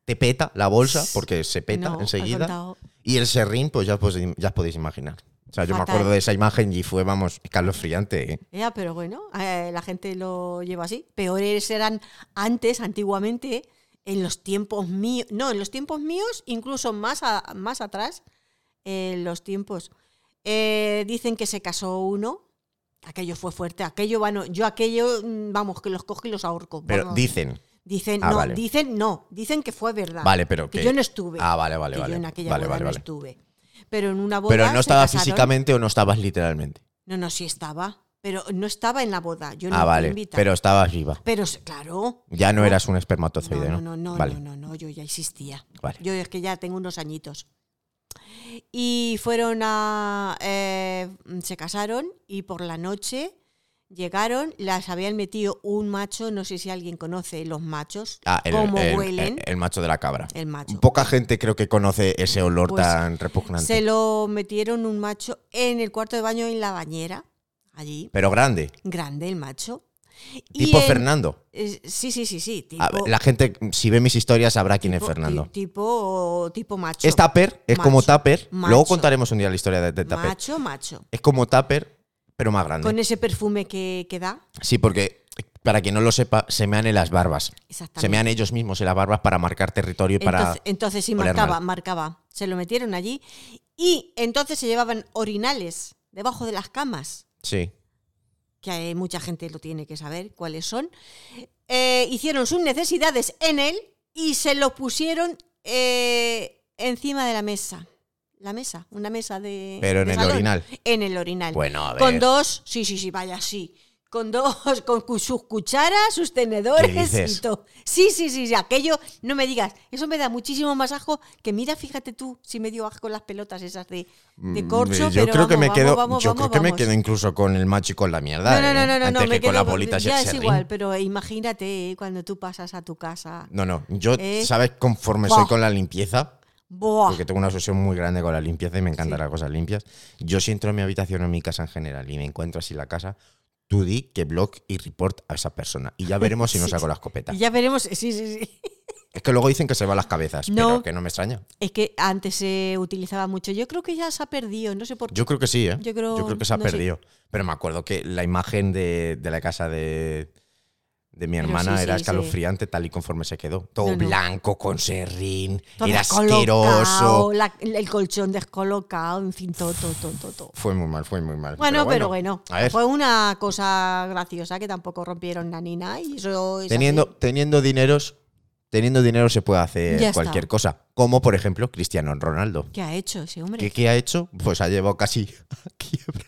[SPEAKER 1] te peta la bolsa, porque se peta
[SPEAKER 2] No, ha
[SPEAKER 1] enseguida.
[SPEAKER 2] contado.
[SPEAKER 1] Y el serrín, pues ya, pues ya os podéis imaginar. O sea, yo me
[SPEAKER 2] Fatal.
[SPEAKER 1] acuerdo de esa imagen y fue, vamos, escalofriante. ¿eh?
[SPEAKER 2] Ya, pero bueno, eh, la gente lo lleva así. Peores eran antes, antiguamente, en los tiempos míos. No, en los tiempos míos, incluso más, a- más atrás, en los tiempos. Eh, dicen que se casó uno. Aquello fue fuerte. Aquello, bueno, yo aquello, mm, vamos, que los cojo y los ahorco.
[SPEAKER 1] Pero
[SPEAKER 2] vamos.
[SPEAKER 1] dicen.
[SPEAKER 2] Dicen,
[SPEAKER 1] Ah,
[SPEAKER 2] no,
[SPEAKER 1] vale.
[SPEAKER 2] dicen, no, dicen que fue verdad.
[SPEAKER 1] Vale, pero
[SPEAKER 2] que
[SPEAKER 1] que-
[SPEAKER 2] yo no estuve.
[SPEAKER 1] Ah, vale, vale,
[SPEAKER 2] que
[SPEAKER 1] vale.
[SPEAKER 2] yo en aquella
[SPEAKER 1] Vale,
[SPEAKER 2] boda
[SPEAKER 1] vale,
[SPEAKER 2] no
[SPEAKER 1] vale.
[SPEAKER 2] estuve. Pero en una boda.
[SPEAKER 1] Pero
[SPEAKER 2] se
[SPEAKER 1] no estabas
[SPEAKER 2] casaron.
[SPEAKER 1] físicamente o no estabas literalmente.
[SPEAKER 2] No, no, sí estaba. Pero no estaba en la boda. Yo no
[SPEAKER 1] Ah,
[SPEAKER 2] fui
[SPEAKER 1] vale.
[SPEAKER 2] invitada.
[SPEAKER 1] Pero estabas viva.
[SPEAKER 2] Pero s- claro.
[SPEAKER 1] Ya no
[SPEAKER 2] No.
[SPEAKER 1] eras un
[SPEAKER 2] No,
[SPEAKER 1] espermatozoide, ¿no?
[SPEAKER 2] no, no, no,
[SPEAKER 1] vale.
[SPEAKER 2] no, no, no, yo ya existía.
[SPEAKER 1] Vale.
[SPEAKER 2] Yo es que ya tengo unos añitos. Y fueron a. eh, se casaron y por la noche llegaron, las habían metido un macho, no sé si alguien conoce los machos,
[SPEAKER 1] Ah, el,
[SPEAKER 2] cómo
[SPEAKER 1] el-
[SPEAKER 2] huelen,
[SPEAKER 1] el- el macho de la cabra.
[SPEAKER 2] el macho.
[SPEAKER 1] Poca gente creo que conoce ese olor
[SPEAKER 2] Pues,
[SPEAKER 1] tan repugnante.
[SPEAKER 2] Se lo metieron un macho en el cuarto de baño en la bañera, allí,
[SPEAKER 1] Pero grande.
[SPEAKER 2] grande el macho. Y
[SPEAKER 1] Tipo
[SPEAKER 2] en-
[SPEAKER 1] Fernando.
[SPEAKER 2] eh, Sí, sí, sí, sí. Tipo,
[SPEAKER 1] A ver, la gente, si ve mis historias, sabrá quién es
[SPEAKER 2] tipo-
[SPEAKER 1] Fernando.
[SPEAKER 2] ti- Tipo, tipo macho.
[SPEAKER 1] Es Tupper, es como
[SPEAKER 2] Macho.
[SPEAKER 1] Tupper.
[SPEAKER 2] Macho.
[SPEAKER 1] Luego contaremos un día la historia de, de Tupper.
[SPEAKER 2] Macho, macho.
[SPEAKER 1] Es como Tupper, pero más grande.
[SPEAKER 2] Con ese perfume que, que da.
[SPEAKER 1] Sí, porque para quien no lo sepa, se mean en las barbas.
[SPEAKER 2] Exactamente.
[SPEAKER 1] Se mean ellos mismos en las barbas para marcar territorio y para.
[SPEAKER 2] entonces, entonces sí,
[SPEAKER 1] oler
[SPEAKER 2] marcaba,
[SPEAKER 1] mal.
[SPEAKER 2] marcaba. Se lo metieron allí. Y entonces se llevaban orinales debajo de las camas,
[SPEAKER 1] Sí.
[SPEAKER 2] que hay mucha gente lo tiene que saber cuáles son. Eh, hicieron sus necesidades en él y se lo pusieron eh, encima de la mesa. La mesa, una mesa de.
[SPEAKER 1] Pero en
[SPEAKER 2] de
[SPEAKER 1] el
[SPEAKER 2] salón.
[SPEAKER 1] orinal.
[SPEAKER 2] En el orinal.
[SPEAKER 1] Bueno, a ver.
[SPEAKER 2] Con dos, sí, sí, sí, vaya, sí. Con dos, con cu- sus cucharas, sus
[SPEAKER 1] ¿Qué dices?
[SPEAKER 2] tenedores y todo. Sí, sí, sí, sí, aquello, no me digas, eso me da muchísimo más asco que mira, fíjate tú, si me dio asco las pelotas esas de, de
[SPEAKER 1] Mm,
[SPEAKER 2] corcho.
[SPEAKER 1] Yo
[SPEAKER 2] pero
[SPEAKER 1] creo que
[SPEAKER 2] vamos,
[SPEAKER 1] me
[SPEAKER 2] vamos,
[SPEAKER 1] quedo,
[SPEAKER 2] vamos,
[SPEAKER 1] yo
[SPEAKER 2] vamos,
[SPEAKER 1] creo que me
[SPEAKER 2] vamos.
[SPEAKER 1] quedo incluso con el macho y con la mierda.
[SPEAKER 2] No, no, no,
[SPEAKER 1] ¿eh?
[SPEAKER 2] no, no,
[SPEAKER 1] Antes
[SPEAKER 2] no,
[SPEAKER 1] que
[SPEAKER 2] me
[SPEAKER 1] con
[SPEAKER 2] quedo
[SPEAKER 1] las bolitas y el
[SPEAKER 2] ya es
[SPEAKER 1] serrín.
[SPEAKER 2] igual, pero imagínate eh, cuando tú pasas a tu casa.
[SPEAKER 1] No, no, yo,
[SPEAKER 2] Eh.
[SPEAKER 1] ¿sabes? Conforme
[SPEAKER 2] Buah.
[SPEAKER 1] soy con la limpieza,
[SPEAKER 2] Buah,
[SPEAKER 1] porque tengo una obsesión muy grande con la limpieza y me encantan
[SPEAKER 2] Ah. Sí.
[SPEAKER 1] las cosas limpias. Yo si entro en mi habitación o en mi casa en general y me encuentro así la casa, tú di que blog y report a esa persona. Y ya veremos si no
[SPEAKER 2] Sí.
[SPEAKER 1] saco la escopeta.
[SPEAKER 2] y ya veremos, sí, sí, sí.
[SPEAKER 1] Es que luego dicen que se va a las cabezas,
[SPEAKER 2] No.
[SPEAKER 1] pero que no me extraña.
[SPEAKER 2] Es que antes se utilizaba mucho, yo creo que ya se ha perdido, no sé por qué.
[SPEAKER 1] Yo creo que sí, ¿eh?
[SPEAKER 2] Yo creo-
[SPEAKER 1] que se ha
[SPEAKER 2] no sé.
[SPEAKER 1] perdido. Pero me acuerdo que la imagen de, de la casa de, de mi
[SPEAKER 2] Pero
[SPEAKER 1] hermana
[SPEAKER 2] sí, sí,
[SPEAKER 1] era
[SPEAKER 2] sí.
[SPEAKER 1] escalofriante tal y conforme se quedó. Todo
[SPEAKER 2] No, no.
[SPEAKER 1] blanco, con serrín,
[SPEAKER 2] Todo
[SPEAKER 1] era
[SPEAKER 2] descolocado,
[SPEAKER 1] asqueroso.
[SPEAKER 2] la- el colchón descolocado, en fin, todo, todo, todo, todo, todo.
[SPEAKER 1] Fue muy mal, fue muy mal.
[SPEAKER 2] Bueno, pero bueno,
[SPEAKER 1] a ver,
[SPEAKER 2] fue una cosa graciosa que tampoco rompieron la nina y eso es
[SPEAKER 1] teniendo,
[SPEAKER 2] así.
[SPEAKER 1] teniendo dineros... Teniendo dinero se puede hacer
[SPEAKER 2] Ya está.
[SPEAKER 1] cualquier cosa. Como por ejemplo Cristiano Ronaldo.
[SPEAKER 2] ¿Qué ha hecho ese
[SPEAKER 1] ¿Qué,
[SPEAKER 2] hombre?
[SPEAKER 1] qué ha hecho? Pues ha llevado casi a quiebra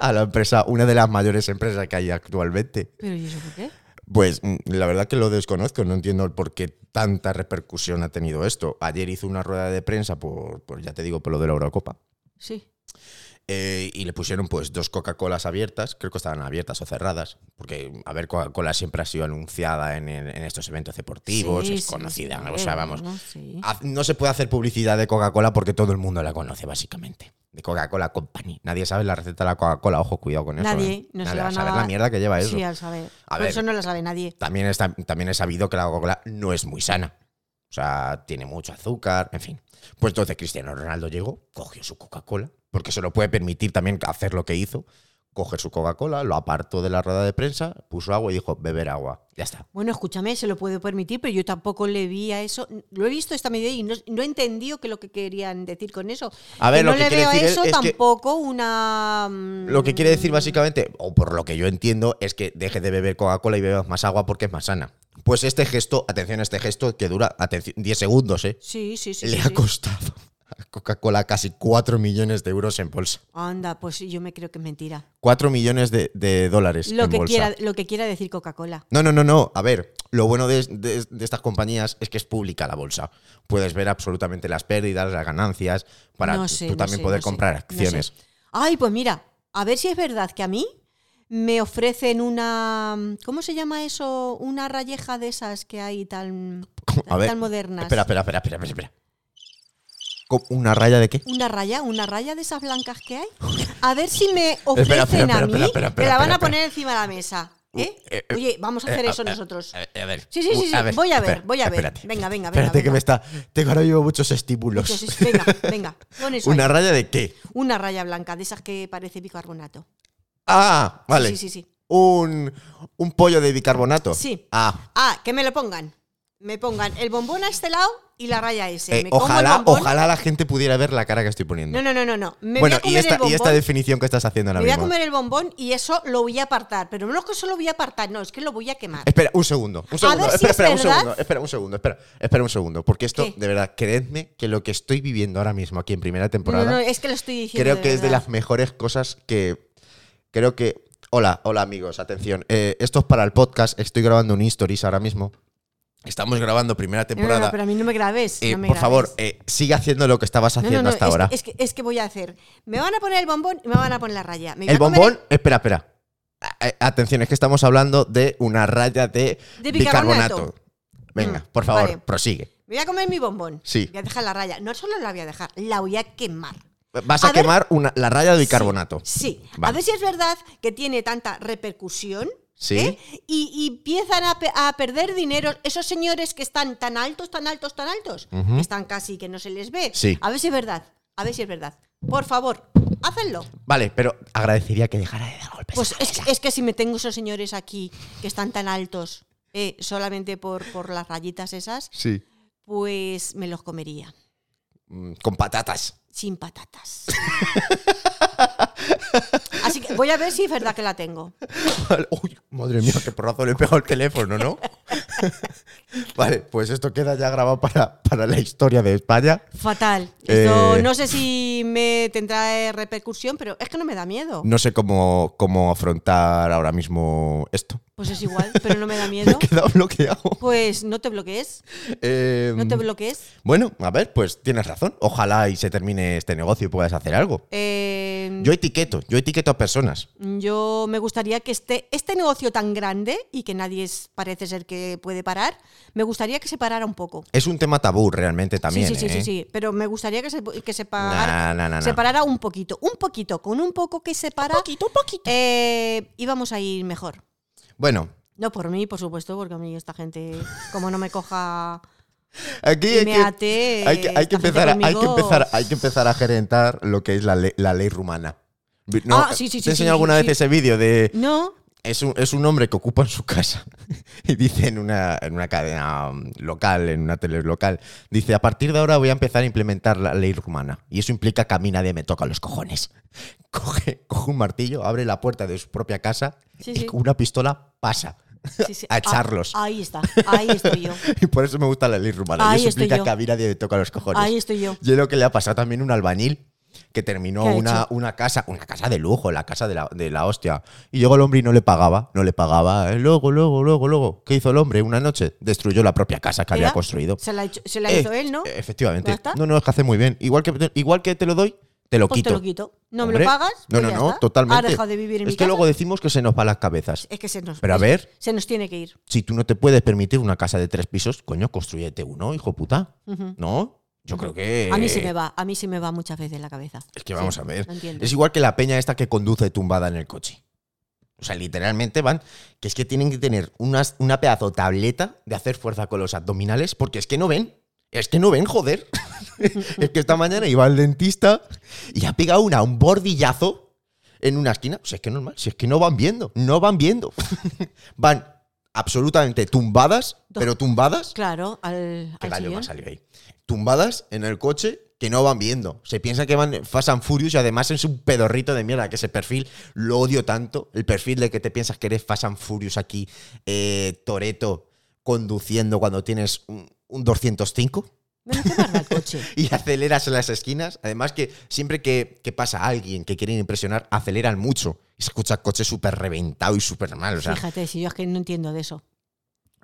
[SPEAKER 1] a la empresa, una de las mayores empresas que hay actualmente.
[SPEAKER 2] ¿Pero y eso por qué?
[SPEAKER 1] Pues mm, la verdad que lo desconozco, no entiendo el por qué tanta repercusión ha tenido esto. Ayer hizo una rueda de prensa por, por, ya te digo, por lo de la Eurocopa.
[SPEAKER 2] Sí.
[SPEAKER 1] Eh, y le pusieron pues dos Coca-Colas abiertas, creo que estaban abiertas o cerradas, porque a ver, Coca-Cola siempre ha sido anunciada en, en- en estos eventos deportivos,
[SPEAKER 2] Sí,
[SPEAKER 1] es
[SPEAKER 2] sí,
[SPEAKER 1] conocida, Ah,
[SPEAKER 2] sí, eh,
[SPEAKER 1] o sea, vamos,
[SPEAKER 2] ¿no? Sí.
[SPEAKER 1] haz- no se puede hacer publicidad de Coca-Cola porque todo el mundo la conoce básicamente. De Coca-Cola Company. Nadie sabe la receta de la Coca-Cola, ojo, cuidado con eso.
[SPEAKER 2] Nadie,
[SPEAKER 1] ¿eh?
[SPEAKER 2] no se
[SPEAKER 1] Nadie va a
[SPEAKER 2] la van a
[SPEAKER 1] saber la
[SPEAKER 2] dar.
[SPEAKER 1] mierda que lleva eso.
[SPEAKER 2] Sí, al saber.
[SPEAKER 1] A
[SPEAKER 2] Por
[SPEAKER 1] ver.
[SPEAKER 2] eso no lo sabe nadie.
[SPEAKER 1] También, es, también es sabido que la Coca-Cola no es muy sana. O sea, tiene mucho azúcar, en fin. Pues entonces Cristiano Ronaldo llegó, cogió su Coca-Cola, porque se lo puede permitir también hacer lo que hizo. Coger su Coca-Cola, lo apartó de la rueda de prensa, puso agua y dijo, beber agua. Ya está.
[SPEAKER 2] Bueno, escúchame, se lo puedo permitir, pero yo tampoco le vi a eso. Lo he visto esta medida y no, no he entendido qué es lo que querían decir con eso.
[SPEAKER 1] A ver,
[SPEAKER 2] no
[SPEAKER 1] lo que
[SPEAKER 2] le
[SPEAKER 1] quiere
[SPEAKER 2] veo a
[SPEAKER 1] decir él
[SPEAKER 2] eso
[SPEAKER 1] es que-
[SPEAKER 2] tampoco una. mm,
[SPEAKER 1] Lo que quiere decir básicamente, o por lo que yo entiendo, es que deje de beber Coca-Cola y bebas más agua porque es más sana. Pues este gesto, atención a este gesto, que dura atención, 10 segundos, ¿eh?
[SPEAKER 2] Sí, sí, sí.
[SPEAKER 1] Le
[SPEAKER 2] sí,
[SPEAKER 1] ha
[SPEAKER 2] sí.
[SPEAKER 1] costado a Coca-Cola casi 4 millones de euros en bolsa.
[SPEAKER 2] Anda, pues yo me creo que es mentira.
[SPEAKER 1] 4 millones de, de dólares
[SPEAKER 2] Lo
[SPEAKER 1] en
[SPEAKER 2] que,
[SPEAKER 1] bolsa.
[SPEAKER 2] quiera, lo que quiera decir Coca-Cola.
[SPEAKER 1] No, no, no, no. A ver, lo bueno de, de- de estas compañías es que es pública la bolsa. Puedes ver absolutamente las pérdidas, las ganancias, para
[SPEAKER 2] no sé,
[SPEAKER 1] tú
[SPEAKER 2] no
[SPEAKER 1] también
[SPEAKER 2] sé,
[SPEAKER 1] poder
[SPEAKER 2] no sé,
[SPEAKER 1] comprar
[SPEAKER 2] no sé.
[SPEAKER 1] acciones.
[SPEAKER 2] Ay, pues mira, a ver si es verdad que a mí me ofrecen una. ¿Cómo se llama eso? Una rayeja de esas que hay tan,
[SPEAKER 1] ¿Cómo? A ver,
[SPEAKER 2] tan modernas.
[SPEAKER 1] Espera, espera, espera, espera, espera, espera. ¿Cómo? ¿Una raya de qué?
[SPEAKER 2] Una raya, una raya de esas blancas que hay. A ver si me ofrecen
[SPEAKER 1] Espera, espera,
[SPEAKER 2] a
[SPEAKER 1] espera, espera,
[SPEAKER 2] mí.
[SPEAKER 1] espera,
[SPEAKER 2] me la
[SPEAKER 1] espera,
[SPEAKER 2] van a
[SPEAKER 1] espera.
[SPEAKER 2] poner encima de la mesa. ¿eh?
[SPEAKER 1] eh, eh,
[SPEAKER 2] Oye, vamos a hacer eso nosotros.
[SPEAKER 1] A, a ver.
[SPEAKER 2] Sí, sí, sí,
[SPEAKER 1] Uh,
[SPEAKER 2] sí, voy a ver,
[SPEAKER 1] espera,
[SPEAKER 2] voy a ver.
[SPEAKER 1] espérate.
[SPEAKER 2] Venga, venga, venga,
[SPEAKER 1] Espérate que
[SPEAKER 2] venga.
[SPEAKER 1] me está. Tengo ahora mismo muchos estímulos.
[SPEAKER 2] Entonces, venga, venga, pon eso ahí.
[SPEAKER 1] ¿Una raya de qué?
[SPEAKER 2] Una raya blanca, de esas que parece bicarbonato.
[SPEAKER 1] Ah, vale.
[SPEAKER 2] Sí, sí, sí.
[SPEAKER 1] Un, un pollo de bicarbonato.
[SPEAKER 2] Sí.
[SPEAKER 1] Ah,
[SPEAKER 2] Ah, que me lo pongan. Me pongan el bombón a este lado y la raya ese.
[SPEAKER 1] eh,
[SPEAKER 2] me como el
[SPEAKER 1] ojalá,
[SPEAKER 2] bombón.
[SPEAKER 1] ojalá la gente pudiera ver la cara que estoy poniendo.
[SPEAKER 2] No, no, no, no, no. Me
[SPEAKER 1] bueno,
[SPEAKER 2] voy a
[SPEAKER 1] y
[SPEAKER 2] comer
[SPEAKER 1] esta,
[SPEAKER 2] el bombón.
[SPEAKER 1] y esta definición que estás haciendo ahora
[SPEAKER 2] me voy a
[SPEAKER 1] mismo.
[SPEAKER 2] comer el bombón y eso lo voy a apartar. Pero no es que eso lo voy a apartar, no, es que lo voy a quemar.
[SPEAKER 1] Espera, un segundo. Un segundo.
[SPEAKER 2] ver si
[SPEAKER 1] espera,
[SPEAKER 2] es
[SPEAKER 1] espera, un
[SPEAKER 2] verdad.
[SPEAKER 1] segundo. Espera, un segundo. Espera, espera un segundo. Porque esto,
[SPEAKER 2] ¿Qué?
[SPEAKER 1] de verdad, creedme que lo que estoy viviendo ahora mismo aquí en primera
[SPEAKER 2] No, no,
[SPEAKER 1] temporada,
[SPEAKER 2] no, es que lo estoy diciendo.
[SPEAKER 1] creo que es de
[SPEAKER 2] verdad.
[SPEAKER 1] las mejores cosas que. Creo que. Hola, hola amigos, atención. Eh, esto es para el podcast. Estoy grabando un stories ahora mismo. Estamos grabando primera
[SPEAKER 2] No, no, no,
[SPEAKER 1] temporada.
[SPEAKER 2] pero a mí no me grabes.
[SPEAKER 1] Eh,
[SPEAKER 2] no me
[SPEAKER 1] por favor,
[SPEAKER 2] grabes.
[SPEAKER 1] eh, sigue haciendo lo que estabas
[SPEAKER 2] No,
[SPEAKER 1] haciendo
[SPEAKER 2] no, no,
[SPEAKER 1] hasta
[SPEAKER 2] es,
[SPEAKER 1] ahora.
[SPEAKER 2] Es que, es que voy a hacer. Me van a poner el bombón y me van a poner la raya. Me voy
[SPEAKER 1] el
[SPEAKER 2] a comer
[SPEAKER 1] bombón, espera, espera. A- a- Atención, es que estamos hablando de una raya de,
[SPEAKER 2] De bicarbonato.
[SPEAKER 1] Venga,
[SPEAKER 2] Mm,
[SPEAKER 1] por favor,
[SPEAKER 2] vale.
[SPEAKER 1] prosigue.
[SPEAKER 2] Me voy a comer mi bombón.
[SPEAKER 1] Sí.
[SPEAKER 2] Voy a dejar la raya. No solo la voy a dejar, la voy a quemar.
[SPEAKER 1] Vas a,
[SPEAKER 2] A ver.
[SPEAKER 1] quemar una, la raya de bicarbonato.
[SPEAKER 2] Sí. A
[SPEAKER 1] Vale.
[SPEAKER 2] ver si es verdad que tiene tanta repercusión.
[SPEAKER 1] Sí.
[SPEAKER 2] ¿eh? Y, y empiezan a, pe- a perder dinero esos señores que están tan altos, tan altos, tan altos.
[SPEAKER 1] Ujú.
[SPEAKER 2] que Están casi que no se les ve.
[SPEAKER 1] Sí.
[SPEAKER 2] A ver si es verdad. A ver si es verdad. Por favor, hacedlo.
[SPEAKER 1] Vale, pero agradecería que dejara de dar golpes.
[SPEAKER 2] Pues es, es que si me tengo esos señores aquí que están tan altos eh, solamente por, por las rayitas esas,
[SPEAKER 1] sí.
[SPEAKER 2] pues me los comería.
[SPEAKER 1] Mm, Con patatas.
[SPEAKER 2] sin patatas. Así que voy a ver si es verdad que la tengo.
[SPEAKER 1] Uy, madre mía, qué porrazo le he pegado el teléfono, ¿no? vale, pues esto queda ya grabado para, para la historia de España.
[SPEAKER 2] Fatal. Esto
[SPEAKER 1] Eh.
[SPEAKER 2] no sé si me tendrá eh, repercusión, pero es que no me da miedo.
[SPEAKER 1] No sé cómo, cómo afrontar ahora mismo esto.
[SPEAKER 2] Pues es igual, pero ¿Eh, no me da
[SPEAKER 1] Me he
[SPEAKER 2] miedo.
[SPEAKER 1] quedado bloqueado.
[SPEAKER 2] Pues no te bloquees,
[SPEAKER 1] Eh,
[SPEAKER 2] no te bloquees.
[SPEAKER 1] bueno, a ver, pues tienes razón. Ojalá y se termine este negocio y puedas hacer algo.
[SPEAKER 2] Eh,
[SPEAKER 1] Yo etiqueto, yo etiqueto a personas.
[SPEAKER 2] yo me gustaría que este, este negocio tan grande y que nadie es- parece ser que puede parar, me gustaría que se parara un poco.
[SPEAKER 1] Es un tema tabú realmente también.
[SPEAKER 2] sí, sí, sí,
[SPEAKER 1] ¿eh?
[SPEAKER 2] sí, sí, pero me gustaría que se, que se
[SPEAKER 1] Nah, nah,
[SPEAKER 2] pagara-
[SPEAKER 1] nah, nah.
[SPEAKER 2] separara un poquito, un poquito, con un poco que separa.
[SPEAKER 1] un poquito.
[SPEAKER 2] eh, íbamos a ir mejor.
[SPEAKER 1] Bueno,
[SPEAKER 2] No por mí, por supuesto, porque a mí esta gente, como no me coja
[SPEAKER 1] aquí
[SPEAKER 2] y
[SPEAKER 1] hay
[SPEAKER 2] me
[SPEAKER 1] que,
[SPEAKER 2] ate,
[SPEAKER 1] hay que- hay que
[SPEAKER 2] esta gente
[SPEAKER 1] empezar, a- hay que
[SPEAKER 2] conmigo-
[SPEAKER 1] empezar, hay que empezar a gerentar lo que es la, le- la ley rumana. Vi-
[SPEAKER 2] Ah, sí,
[SPEAKER 1] ¿Te
[SPEAKER 2] sí, sí,
[SPEAKER 1] he
[SPEAKER 2] sí,
[SPEAKER 1] enseñado
[SPEAKER 2] sí,
[SPEAKER 1] alguna
[SPEAKER 2] sí.
[SPEAKER 1] vez ese vídeo de
[SPEAKER 2] No,
[SPEAKER 1] es un, es un hombre que ocupa en su casa y dice en una, en una cadena um, local, en una tele local, dice, a partir de ahora voy a empezar a implementar la ley rumana. Y eso implica camina de me toca los cojones. Coge, coge un martillo, abre la puerta de su propia casa
[SPEAKER 2] Sí,
[SPEAKER 1] y
[SPEAKER 2] sí.
[SPEAKER 1] con una pistola pasa
[SPEAKER 2] sí, sí.
[SPEAKER 1] a echarlos.
[SPEAKER 2] Ah, ahí está, ahí estoy yo.
[SPEAKER 1] Y por eso me gusta la ley rumana.
[SPEAKER 2] Ahí
[SPEAKER 1] y eso
[SPEAKER 2] estoy
[SPEAKER 1] implica
[SPEAKER 2] yo.
[SPEAKER 1] que a mí nadie le toca los cojones.
[SPEAKER 2] Ahí estoy yo.
[SPEAKER 1] Y es lo que le ha pasado también a un albañil que terminó
[SPEAKER 2] ¿Qué ha
[SPEAKER 1] una,
[SPEAKER 2] hecho?
[SPEAKER 1] una casa, una casa de lujo, la casa de la, de la hostia. Y llegó el hombre y no le pagaba, no le pagaba. Eh, Luego, luego, luego, luego. ¿Qué hizo el hombre? Una noche destruyó la propia casa que había
[SPEAKER 2] Mira,
[SPEAKER 1] construido.
[SPEAKER 2] Se la, hecho- se la
[SPEAKER 1] Eh,
[SPEAKER 2] hizo él, ¿no?
[SPEAKER 1] eh, Efectivamente.
[SPEAKER 2] ¿Ya está?
[SPEAKER 1] No, no, es que hace muy bien. Igual que, te- igual que te lo doy, te lo
[SPEAKER 2] pues
[SPEAKER 1] quito.
[SPEAKER 2] te lo quito. No
[SPEAKER 1] Hombre,
[SPEAKER 2] me lo pagas.
[SPEAKER 1] No,
[SPEAKER 2] pues
[SPEAKER 1] no,
[SPEAKER 2] ya
[SPEAKER 1] no,
[SPEAKER 2] está.
[SPEAKER 1] totalmente.
[SPEAKER 2] Has dejado de vivir en
[SPEAKER 1] es
[SPEAKER 2] mi
[SPEAKER 1] que
[SPEAKER 2] casa.
[SPEAKER 1] luego decimos que se nos va las cabezas.
[SPEAKER 2] Es que se nos,
[SPEAKER 1] Pero a
[SPEAKER 2] es-
[SPEAKER 1] ver.
[SPEAKER 2] se nos tiene que ir.
[SPEAKER 1] Si tú no te puedes permitir una casa de tres pisos, coño, construyete uno, hijo puta.
[SPEAKER 2] Ujú.
[SPEAKER 1] ¿No? Yo creo que.
[SPEAKER 2] A mí se me va, a mí se me va muchas veces la cabeza.
[SPEAKER 1] Es que vamos a ver.
[SPEAKER 2] lo entiendo.
[SPEAKER 1] Es igual que la peña esta que conduce tumbada en el coche. O sea, literalmente van, que es que tienen que tener unas, una pedazo tableta de hacer fuerza con los abdominales, porque es que no ven. Es que no ven, joder. es que esta mañana iba al dentista y ha pegado una, un bordillazo en una esquina. O sea, es que normal, si es que no van viendo, no van viendo. van absolutamente tumbadas,
[SPEAKER 2] Do-
[SPEAKER 1] pero tumbadas.
[SPEAKER 2] Claro, al,
[SPEAKER 1] ¿Qué
[SPEAKER 2] al
[SPEAKER 1] gallo me ha
[SPEAKER 2] sillón.
[SPEAKER 1] salido ahí? Tumbadas en el coche que no van viendo. Se piensa que van Fast and Furious y además es un pedorrito de mierda. Que ese perfil lo odio tanto. El perfil de que te piensas que eres Fast and Furious aquí, eh, Toreto, conduciendo cuando tienes un, un 205
[SPEAKER 2] Bueno, ¿qué tarda el coche?
[SPEAKER 1] y aceleras en las esquinas. Además que siempre que, que pasa alguien que quieren impresionar, aceleran mucho. Y se escucha el coche súper reventado y súper mal. O sea,
[SPEAKER 2] Fíjate, si yo es que no entiendo de eso.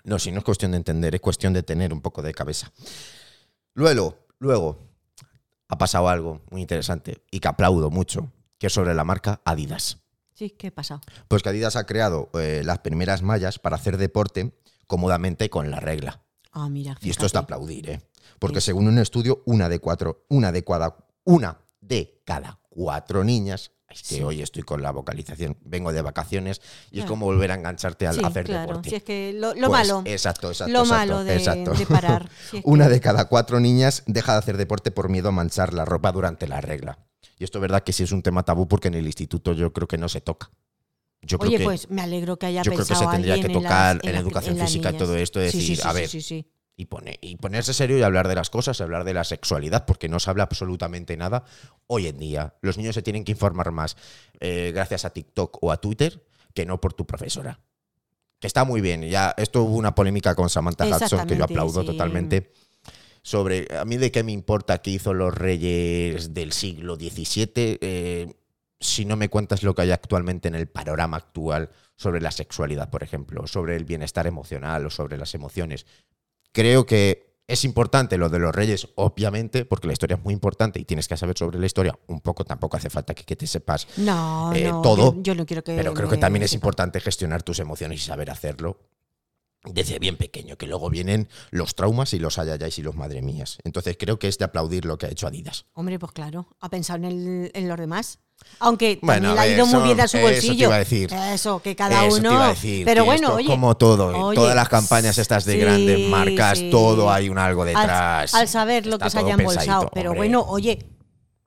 [SPEAKER 1] No, si no es cuestión de entender, es cuestión de tener un poco de cabeza. Luego, luego, ha pasado algo muy interesante y que aplaudo mucho, que es sobre la marca Adidas.
[SPEAKER 2] Sí, ¿qué pasa?
[SPEAKER 1] Pues que Adidas ha creado eh, las primeras mallas para hacer deporte cómodamente con la regla.
[SPEAKER 2] Ah, mira.
[SPEAKER 1] Y esto es de
[SPEAKER 2] fíjate.
[SPEAKER 1] aplaudir, ¿eh? Porque
[SPEAKER 2] Sí.
[SPEAKER 1] según un estudio, una de cuatro, una de cada, una de cada cuatro niñas. Es que
[SPEAKER 2] Sí.
[SPEAKER 1] hoy estoy con la vocalización, vengo de vacaciones y es
[SPEAKER 2] Claro.
[SPEAKER 1] como volver a engancharte al
[SPEAKER 2] Sí,
[SPEAKER 1] hacer
[SPEAKER 2] claro.
[SPEAKER 1] deporte.
[SPEAKER 2] Si es que lo, lo
[SPEAKER 1] Pues,
[SPEAKER 2] malo.
[SPEAKER 1] Exacto, exacto.
[SPEAKER 2] lo
[SPEAKER 1] exacto,
[SPEAKER 2] malo de,
[SPEAKER 1] exacto.
[SPEAKER 2] de parar. Si es que-
[SPEAKER 1] Una de cada cuatro niñas deja de hacer deporte por miedo a manchar la ropa durante la regla. Y esto es verdad que sí es un tema tabú porque en el instituto yo creo que no se toca. Yo creo
[SPEAKER 2] Oye,
[SPEAKER 1] que,
[SPEAKER 2] pues me alegro que haya
[SPEAKER 1] yo creo que
[SPEAKER 2] pensado
[SPEAKER 1] se tendría
[SPEAKER 2] alguien
[SPEAKER 1] que
[SPEAKER 2] en las-
[SPEAKER 1] tocar en,
[SPEAKER 2] en las-
[SPEAKER 1] educación
[SPEAKER 2] las
[SPEAKER 1] física y todo
[SPEAKER 2] niñas.
[SPEAKER 1] esto, es
[SPEAKER 2] Sí, sí,
[SPEAKER 1] decir,
[SPEAKER 2] sí,
[SPEAKER 1] a
[SPEAKER 2] sí,
[SPEAKER 1] ver,
[SPEAKER 2] sí, sí.
[SPEAKER 1] y, pone- y ponerse serio y hablar de las cosas, y hablar de la sexualidad, porque no se habla absolutamente nada hoy en día. Los niños se tienen que informar más eh, gracias a TikTok o a Twitter que no por tu profesora. Que está muy bien. Ya, esto hubo una polémica con Samantha Hudson, que yo
[SPEAKER 2] Exactamente,
[SPEAKER 1] aplaudo
[SPEAKER 2] sí.
[SPEAKER 1] totalmente. Sobre a mí de qué me importa qué hizo los reyes del siglo XVII, eh, si no me cuentas lo que hay actualmente en el panorama actual sobre la sexualidad, por ejemplo, sobre el bienestar emocional o sobre las emociones. Creo que es importante lo de los reyes, obviamente, porque la historia es muy importante y tienes que saber sobre la historia un poco, tampoco hace falta que, que te sepas.
[SPEAKER 2] No,
[SPEAKER 1] eh,
[SPEAKER 2] no,
[SPEAKER 1] todo,
[SPEAKER 2] Yo, yo no quiero que.
[SPEAKER 1] Pero creo
[SPEAKER 2] me
[SPEAKER 1] que también es
[SPEAKER 2] sepa.
[SPEAKER 1] importante gestionar tus emociones y saber hacerlo desde bien pequeño, que luego vienen los traumas y los ayayáis y los madre mías. Entonces creo que es de aplaudir lo que ha hecho Adidas.
[SPEAKER 2] Hombre, pues claro, ha pensado en, el- en los demás. Aunque
[SPEAKER 1] Bueno,
[SPEAKER 2] también le
[SPEAKER 1] a
[SPEAKER 2] ha
[SPEAKER 1] ver,
[SPEAKER 2] ido muy
[SPEAKER 1] eso-
[SPEAKER 2] bien a su
[SPEAKER 1] eso te
[SPEAKER 2] bolsillo. Eh,
[SPEAKER 1] iba a decir.
[SPEAKER 2] Eso, que cada
[SPEAKER 1] Eso te
[SPEAKER 2] uno.
[SPEAKER 1] iba a decir,
[SPEAKER 2] pero
[SPEAKER 1] que
[SPEAKER 2] bueno,
[SPEAKER 1] esto
[SPEAKER 2] oye.
[SPEAKER 1] como todo, en
[SPEAKER 2] oye,
[SPEAKER 1] todas las campañas estas de grandes
[SPEAKER 2] sí,
[SPEAKER 1] marcas,
[SPEAKER 2] sí.
[SPEAKER 1] todo hay un algo
[SPEAKER 2] al-
[SPEAKER 1] detrás.
[SPEAKER 2] Al, saber lo
[SPEAKER 1] Está
[SPEAKER 2] que se
[SPEAKER 1] todo
[SPEAKER 2] haya embolsado.
[SPEAKER 1] pensadito,
[SPEAKER 2] Pero
[SPEAKER 1] hombre.
[SPEAKER 2] bueno, oye,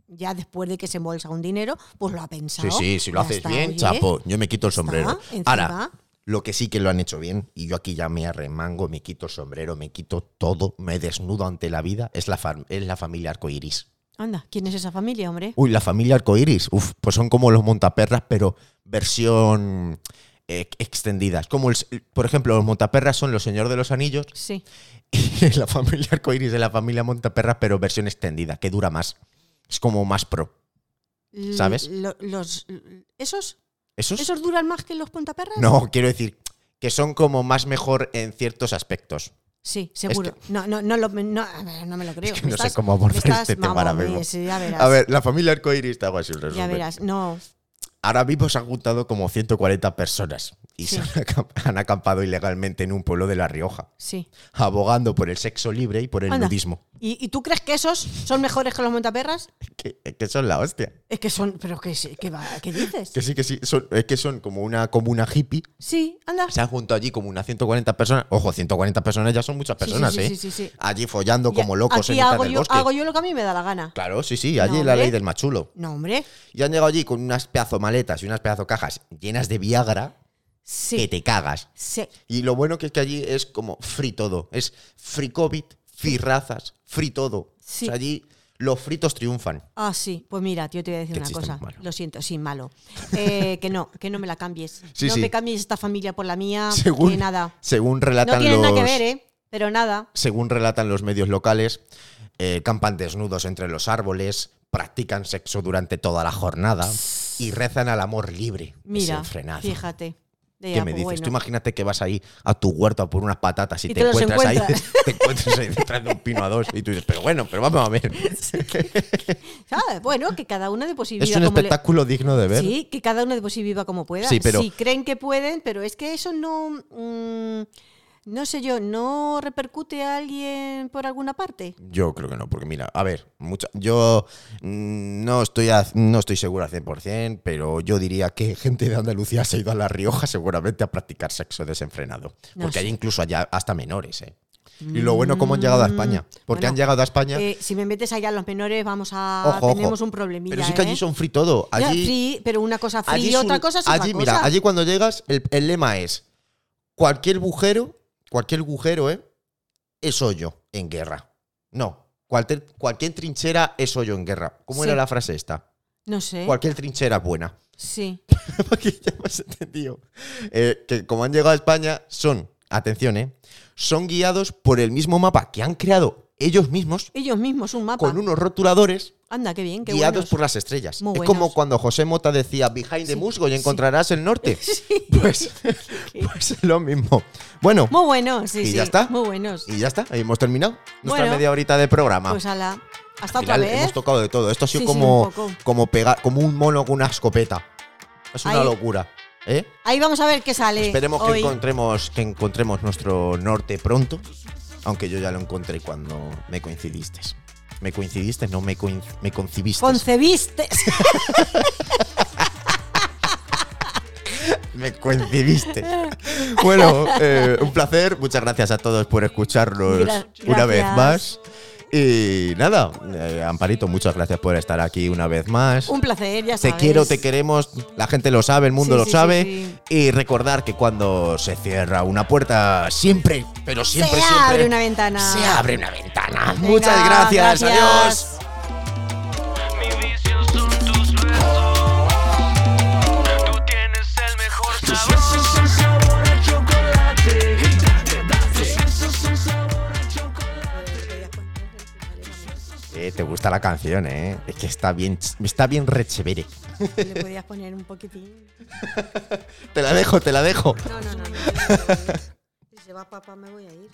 [SPEAKER 2] ya después de que se embolsa un dinero, pues lo ha pensado.
[SPEAKER 1] Sí, sí, si lo
[SPEAKER 2] Ya
[SPEAKER 1] haces
[SPEAKER 2] está,
[SPEAKER 1] bien,
[SPEAKER 2] oye.
[SPEAKER 1] chapo, yo me quito el sombrero.
[SPEAKER 2] encima.
[SPEAKER 1] Ahora, lo que sí que lo han hecho bien, y yo aquí ya me arremango, me quito el sombrero, me quito todo, me desnudo ante la vida, es la, fam- es la familia arcoiris.
[SPEAKER 2] Anda, ¿quién es esa familia, hombre?
[SPEAKER 1] Uy, la familia arcoiris, uf, pues son como los montaperras, pero versión eh, extendida. Es como, el s- por ejemplo, los montaperras son los señor de los anillos,
[SPEAKER 2] Sí.
[SPEAKER 1] y la familia arcoiris de la familia montaperras, pero versión extendida, que dura más. Es como más pro.
[SPEAKER 2] L-
[SPEAKER 1] ¿Sabes?
[SPEAKER 2] lo- los, ¿Esos?
[SPEAKER 1] ¿Eso es?
[SPEAKER 2] ¿Esos duran más que los puntaperras?
[SPEAKER 1] No, quiero decir que son como más mejor en ciertos aspectos.
[SPEAKER 2] Sí, seguro. No, no, no, lo- no, a ver, no me lo creo.
[SPEAKER 1] que
[SPEAKER 2] Me
[SPEAKER 1] no sé
[SPEAKER 2] estás-
[SPEAKER 1] cómo abordar
[SPEAKER 2] me estás-
[SPEAKER 1] este tema ahora
[SPEAKER 2] vamos,
[SPEAKER 1] mismo.
[SPEAKER 2] sí, ya verás.
[SPEAKER 1] A ver, la familia arcoiris te hago así un
[SPEAKER 2] Ya
[SPEAKER 1] resumen.
[SPEAKER 2] verás. No,
[SPEAKER 1] Ahora mismo se han juntado como 140 personas y
[SPEAKER 2] Sí.
[SPEAKER 1] se han, acamp- han acampado ilegalmente en un pueblo de La Rioja,
[SPEAKER 2] sí.
[SPEAKER 1] abogando por el sexo libre y por el
[SPEAKER 2] Anda.
[SPEAKER 1] nudismo.
[SPEAKER 2] ¿Y, y tú crees que esos son mejores que los montaperras?
[SPEAKER 1] Que, que son la hostia.
[SPEAKER 2] Es que son. ¿Pero qué, sí, qué, va- qué dices?
[SPEAKER 1] Que sí, que sí. son- es que son como una comuna hippie.
[SPEAKER 2] Sí, anda.
[SPEAKER 1] Se han juntado allí como unas 140 personas. Ojo, 140 personas ya son muchas
[SPEAKER 2] Sí, sí,
[SPEAKER 1] personas,
[SPEAKER 2] sí,
[SPEAKER 1] ¿eh?
[SPEAKER 2] sí, sí, sí.
[SPEAKER 1] Allí follando como
[SPEAKER 2] Ya,
[SPEAKER 1] locos
[SPEAKER 2] aquí
[SPEAKER 1] en mitad
[SPEAKER 2] hago
[SPEAKER 1] del
[SPEAKER 2] yo,
[SPEAKER 1] bosque.
[SPEAKER 2] Hago yo lo que a mí me da la gana.
[SPEAKER 1] Claro, sí, sí. Allí la
[SPEAKER 2] hombre.
[SPEAKER 1] ley del machulo.
[SPEAKER 2] No, hombre.
[SPEAKER 1] Y han llegado allí con unas pedazo maletas y unas pedazo cajas llenas de Viagra que
[SPEAKER 2] Sí.
[SPEAKER 1] te cagas.
[SPEAKER 2] sí.
[SPEAKER 1] Y lo bueno que es que allí es como free todo. Es free COVID, free razas, free todo. O
[SPEAKER 2] Sí.
[SPEAKER 1] sea, allí los fritos triunfan.
[SPEAKER 2] Ah, sí. Pues mira, yo te voy a decir
[SPEAKER 1] Qué
[SPEAKER 2] una
[SPEAKER 1] chiste
[SPEAKER 2] cosa.
[SPEAKER 1] más malo.
[SPEAKER 2] Lo siento, sí, malo. Eh, que no, que no me la cambies.
[SPEAKER 1] Sí,
[SPEAKER 2] no
[SPEAKER 1] sí.
[SPEAKER 2] me cambies esta familia por la mía.
[SPEAKER 1] Según,
[SPEAKER 2] Ah, Que nada.
[SPEAKER 1] según
[SPEAKER 2] No
[SPEAKER 1] relatan
[SPEAKER 2] tiene
[SPEAKER 1] los,
[SPEAKER 2] nada que ver, ¿eh? Pero nada.
[SPEAKER 1] según relatan los medios locales, eh, campan desnudos entre los árboles, practican sexo durante toda la jornada y rezan al amor libre,
[SPEAKER 2] Mira,
[SPEAKER 1] desenfrenado.
[SPEAKER 2] fíjate. Ya,
[SPEAKER 1] ¿Qué me
[SPEAKER 2] pues
[SPEAKER 1] dices?
[SPEAKER 2] bueno.
[SPEAKER 1] Tú imagínate que vas ahí a tu huerto a por unas patatas y,
[SPEAKER 2] Y
[SPEAKER 1] te,
[SPEAKER 2] te los
[SPEAKER 1] encuentras ahí,
[SPEAKER 2] encuentras.
[SPEAKER 1] te encuentras ahí detrás de un pino a dos y tú dices, pero bueno, pero vamos a ver.
[SPEAKER 2] Ah, Bueno, que cada uno de por sí
[SPEAKER 1] Es
[SPEAKER 2] viva
[SPEAKER 1] un
[SPEAKER 2] como le-
[SPEAKER 1] espectáculo digno de ver.
[SPEAKER 2] Sí, que cada uno de por sí viva como pueda.
[SPEAKER 1] Sí, pero-
[SPEAKER 2] Si creen que pueden, pero es que eso no... mm, no sé yo, ¿no repercute a alguien por alguna parte?
[SPEAKER 1] Yo creo que no, porque mira, a ver, mucha, yo mm, no estoy, a- no estoy seguro al 100%, pero yo diría que gente de Andalucía se ha ido a La Rioja seguramente a practicar sexo desenfrenado.
[SPEAKER 2] No
[SPEAKER 1] porque
[SPEAKER 2] sé.
[SPEAKER 1] hay incluso allá hasta menores, ¿eh? Y lo bueno, ¿cómo han llegado a España? Porque
[SPEAKER 2] Bueno,
[SPEAKER 1] han llegado a España.
[SPEAKER 2] Eh, si me metes allá a los menores, vamos a...
[SPEAKER 1] ojo, ojo.
[SPEAKER 2] tenemos un problemilla,
[SPEAKER 1] Pero sí que allí
[SPEAKER 2] ¿eh?
[SPEAKER 1] son free todo.
[SPEAKER 2] Ya,
[SPEAKER 1] Allí,
[SPEAKER 2] free, pero una cosa free
[SPEAKER 1] allí
[SPEAKER 2] y otra
[SPEAKER 1] su-
[SPEAKER 2] cosa es
[SPEAKER 1] allí,
[SPEAKER 2] otra
[SPEAKER 1] mira,
[SPEAKER 2] cosa.
[SPEAKER 1] allí cuando llegas, el, el lema es: cualquier bujero, cualquier agujero, ¿eh? Es hoyo en guerra. No, cualquier, cualquier trinchera es hoyo en guerra. ¿Cómo
[SPEAKER 2] Sí.
[SPEAKER 1] era la frase esta?
[SPEAKER 2] No sé,
[SPEAKER 1] Cualquier trinchera es buena.
[SPEAKER 2] sí.
[SPEAKER 1] Porque ya hemos entendido. Eh, que como han llegado a España, son, atención, ¿eh? Son guiados por el mismo mapa que han creado ellos mismos
[SPEAKER 2] Ellos mismos, un mapa.
[SPEAKER 1] con unos rotuladores
[SPEAKER 2] Anda, qué bien, qué
[SPEAKER 1] guiados
[SPEAKER 2] buenos.
[SPEAKER 1] por las estrellas.
[SPEAKER 2] Muy
[SPEAKER 1] es como
[SPEAKER 2] buenos.
[SPEAKER 1] cuando José Mota decía Behind the
[SPEAKER 2] Sí,
[SPEAKER 1] Musgo y
[SPEAKER 2] sí.
[SPEAKER 1] encontrarás el norte. Pues, pues es lo mismo. Bueno,
[SPEAKER 2] Muy buenos, sí,
[SPEAKER 1] Y
[SPEAKER 2] sí.
[SPEAKER 1] ya está.
[SPEAKER 2] Muy buenos.
[SPEAKER 1] y ya está, ahí hemos terminado nuestra
[SPEAKER 2] Bueno.
[SPEAKER 1] media horita de programa.
[SPEAKER 2] Pues ala, hasta
[SPEAKER 1] Al
[SPEAKER 2] otra
[SPEAKER 1] final
[SPEAKER 2] vez.
[SPEAKER 1] hemos tocado de todo. Esto ha sido
[SPEAKER 2] Sí, sí,
[SPEAKER 1] como,
[SPEAKER 2] un poco.
[SPEAKER 1] como, pega- como un mono con una escopeta. Es una
[SPEAKER 2] Ahí.
[SPEAKER 1] locura. ¿eh?
[SPEAKER 2] Ahí vamos a ver qué sale.
[SPEAKER 1] Esperemos que
[SPEAKER 2] hoy.
[SPEAKER 1] encontremos, que encontremos nuestro norte pronto. Aunque yo ya lo encontré cuando me coincidiste. Me coincidiste, no me, coin- me concibiste.
[SPEAKER 2] Concebiste.
[SPEAKER 1] Me coincidiste. bueno, eh, un placer. Muchas gracias a todos por escucharnos
[SPEAKER 2] Gra-
[SPEAKER 1] una vez
[SPEAKER 2] gracias.
[SPEAKER 1] más. Y nada, eh, Amparito, muchas gracias por estar aquí una vez más.
[SPEAKER 2] Un placer, ya
[SPEAKER 1] Te
[SPEAKER 2] sabes.
[SPEAKER 1] quiero, te queremos, la gente lo sabe, el mundo
[SPEAKER 2] Sí,
[SPEAKER 1] lo
[SPEAKER 2] sí,
[SPEAKER 1] sabe.
[SPEAKER 2] sí,
[SPEAKER 1] Y recordar que cuando se cierra una puerta, siempre, pero siempre,
[SPEAKER 2] Se
[SPEAKER 1] siempre,
[SPEAKER 2] abre una ventana.
[SPEAKER 1] se abre una ventana.
[SPEAKER 2] Venga,
[SPEAKER 1] Muchas gracias,
[SPEAKER 2] gracias.
[SPEAKER 1] adiós.
[SPEAKER 3] Mis vicios son tus besos. Tú tienes el mejor sabor. besos son sabor a chocolate. Tus besos son sabor a chocolate.
[SPEAKER 1] Eh, te gusta la canción, ¿eh? Es que está bien, está bien rechevere.
[SPEAKER 2] Le podías poner un poquitín.
[SPEAKER 1] Te la dejo, te la dejo.
[SPEAKER 2] No, no, no. no. Si se va papá me voy a ir.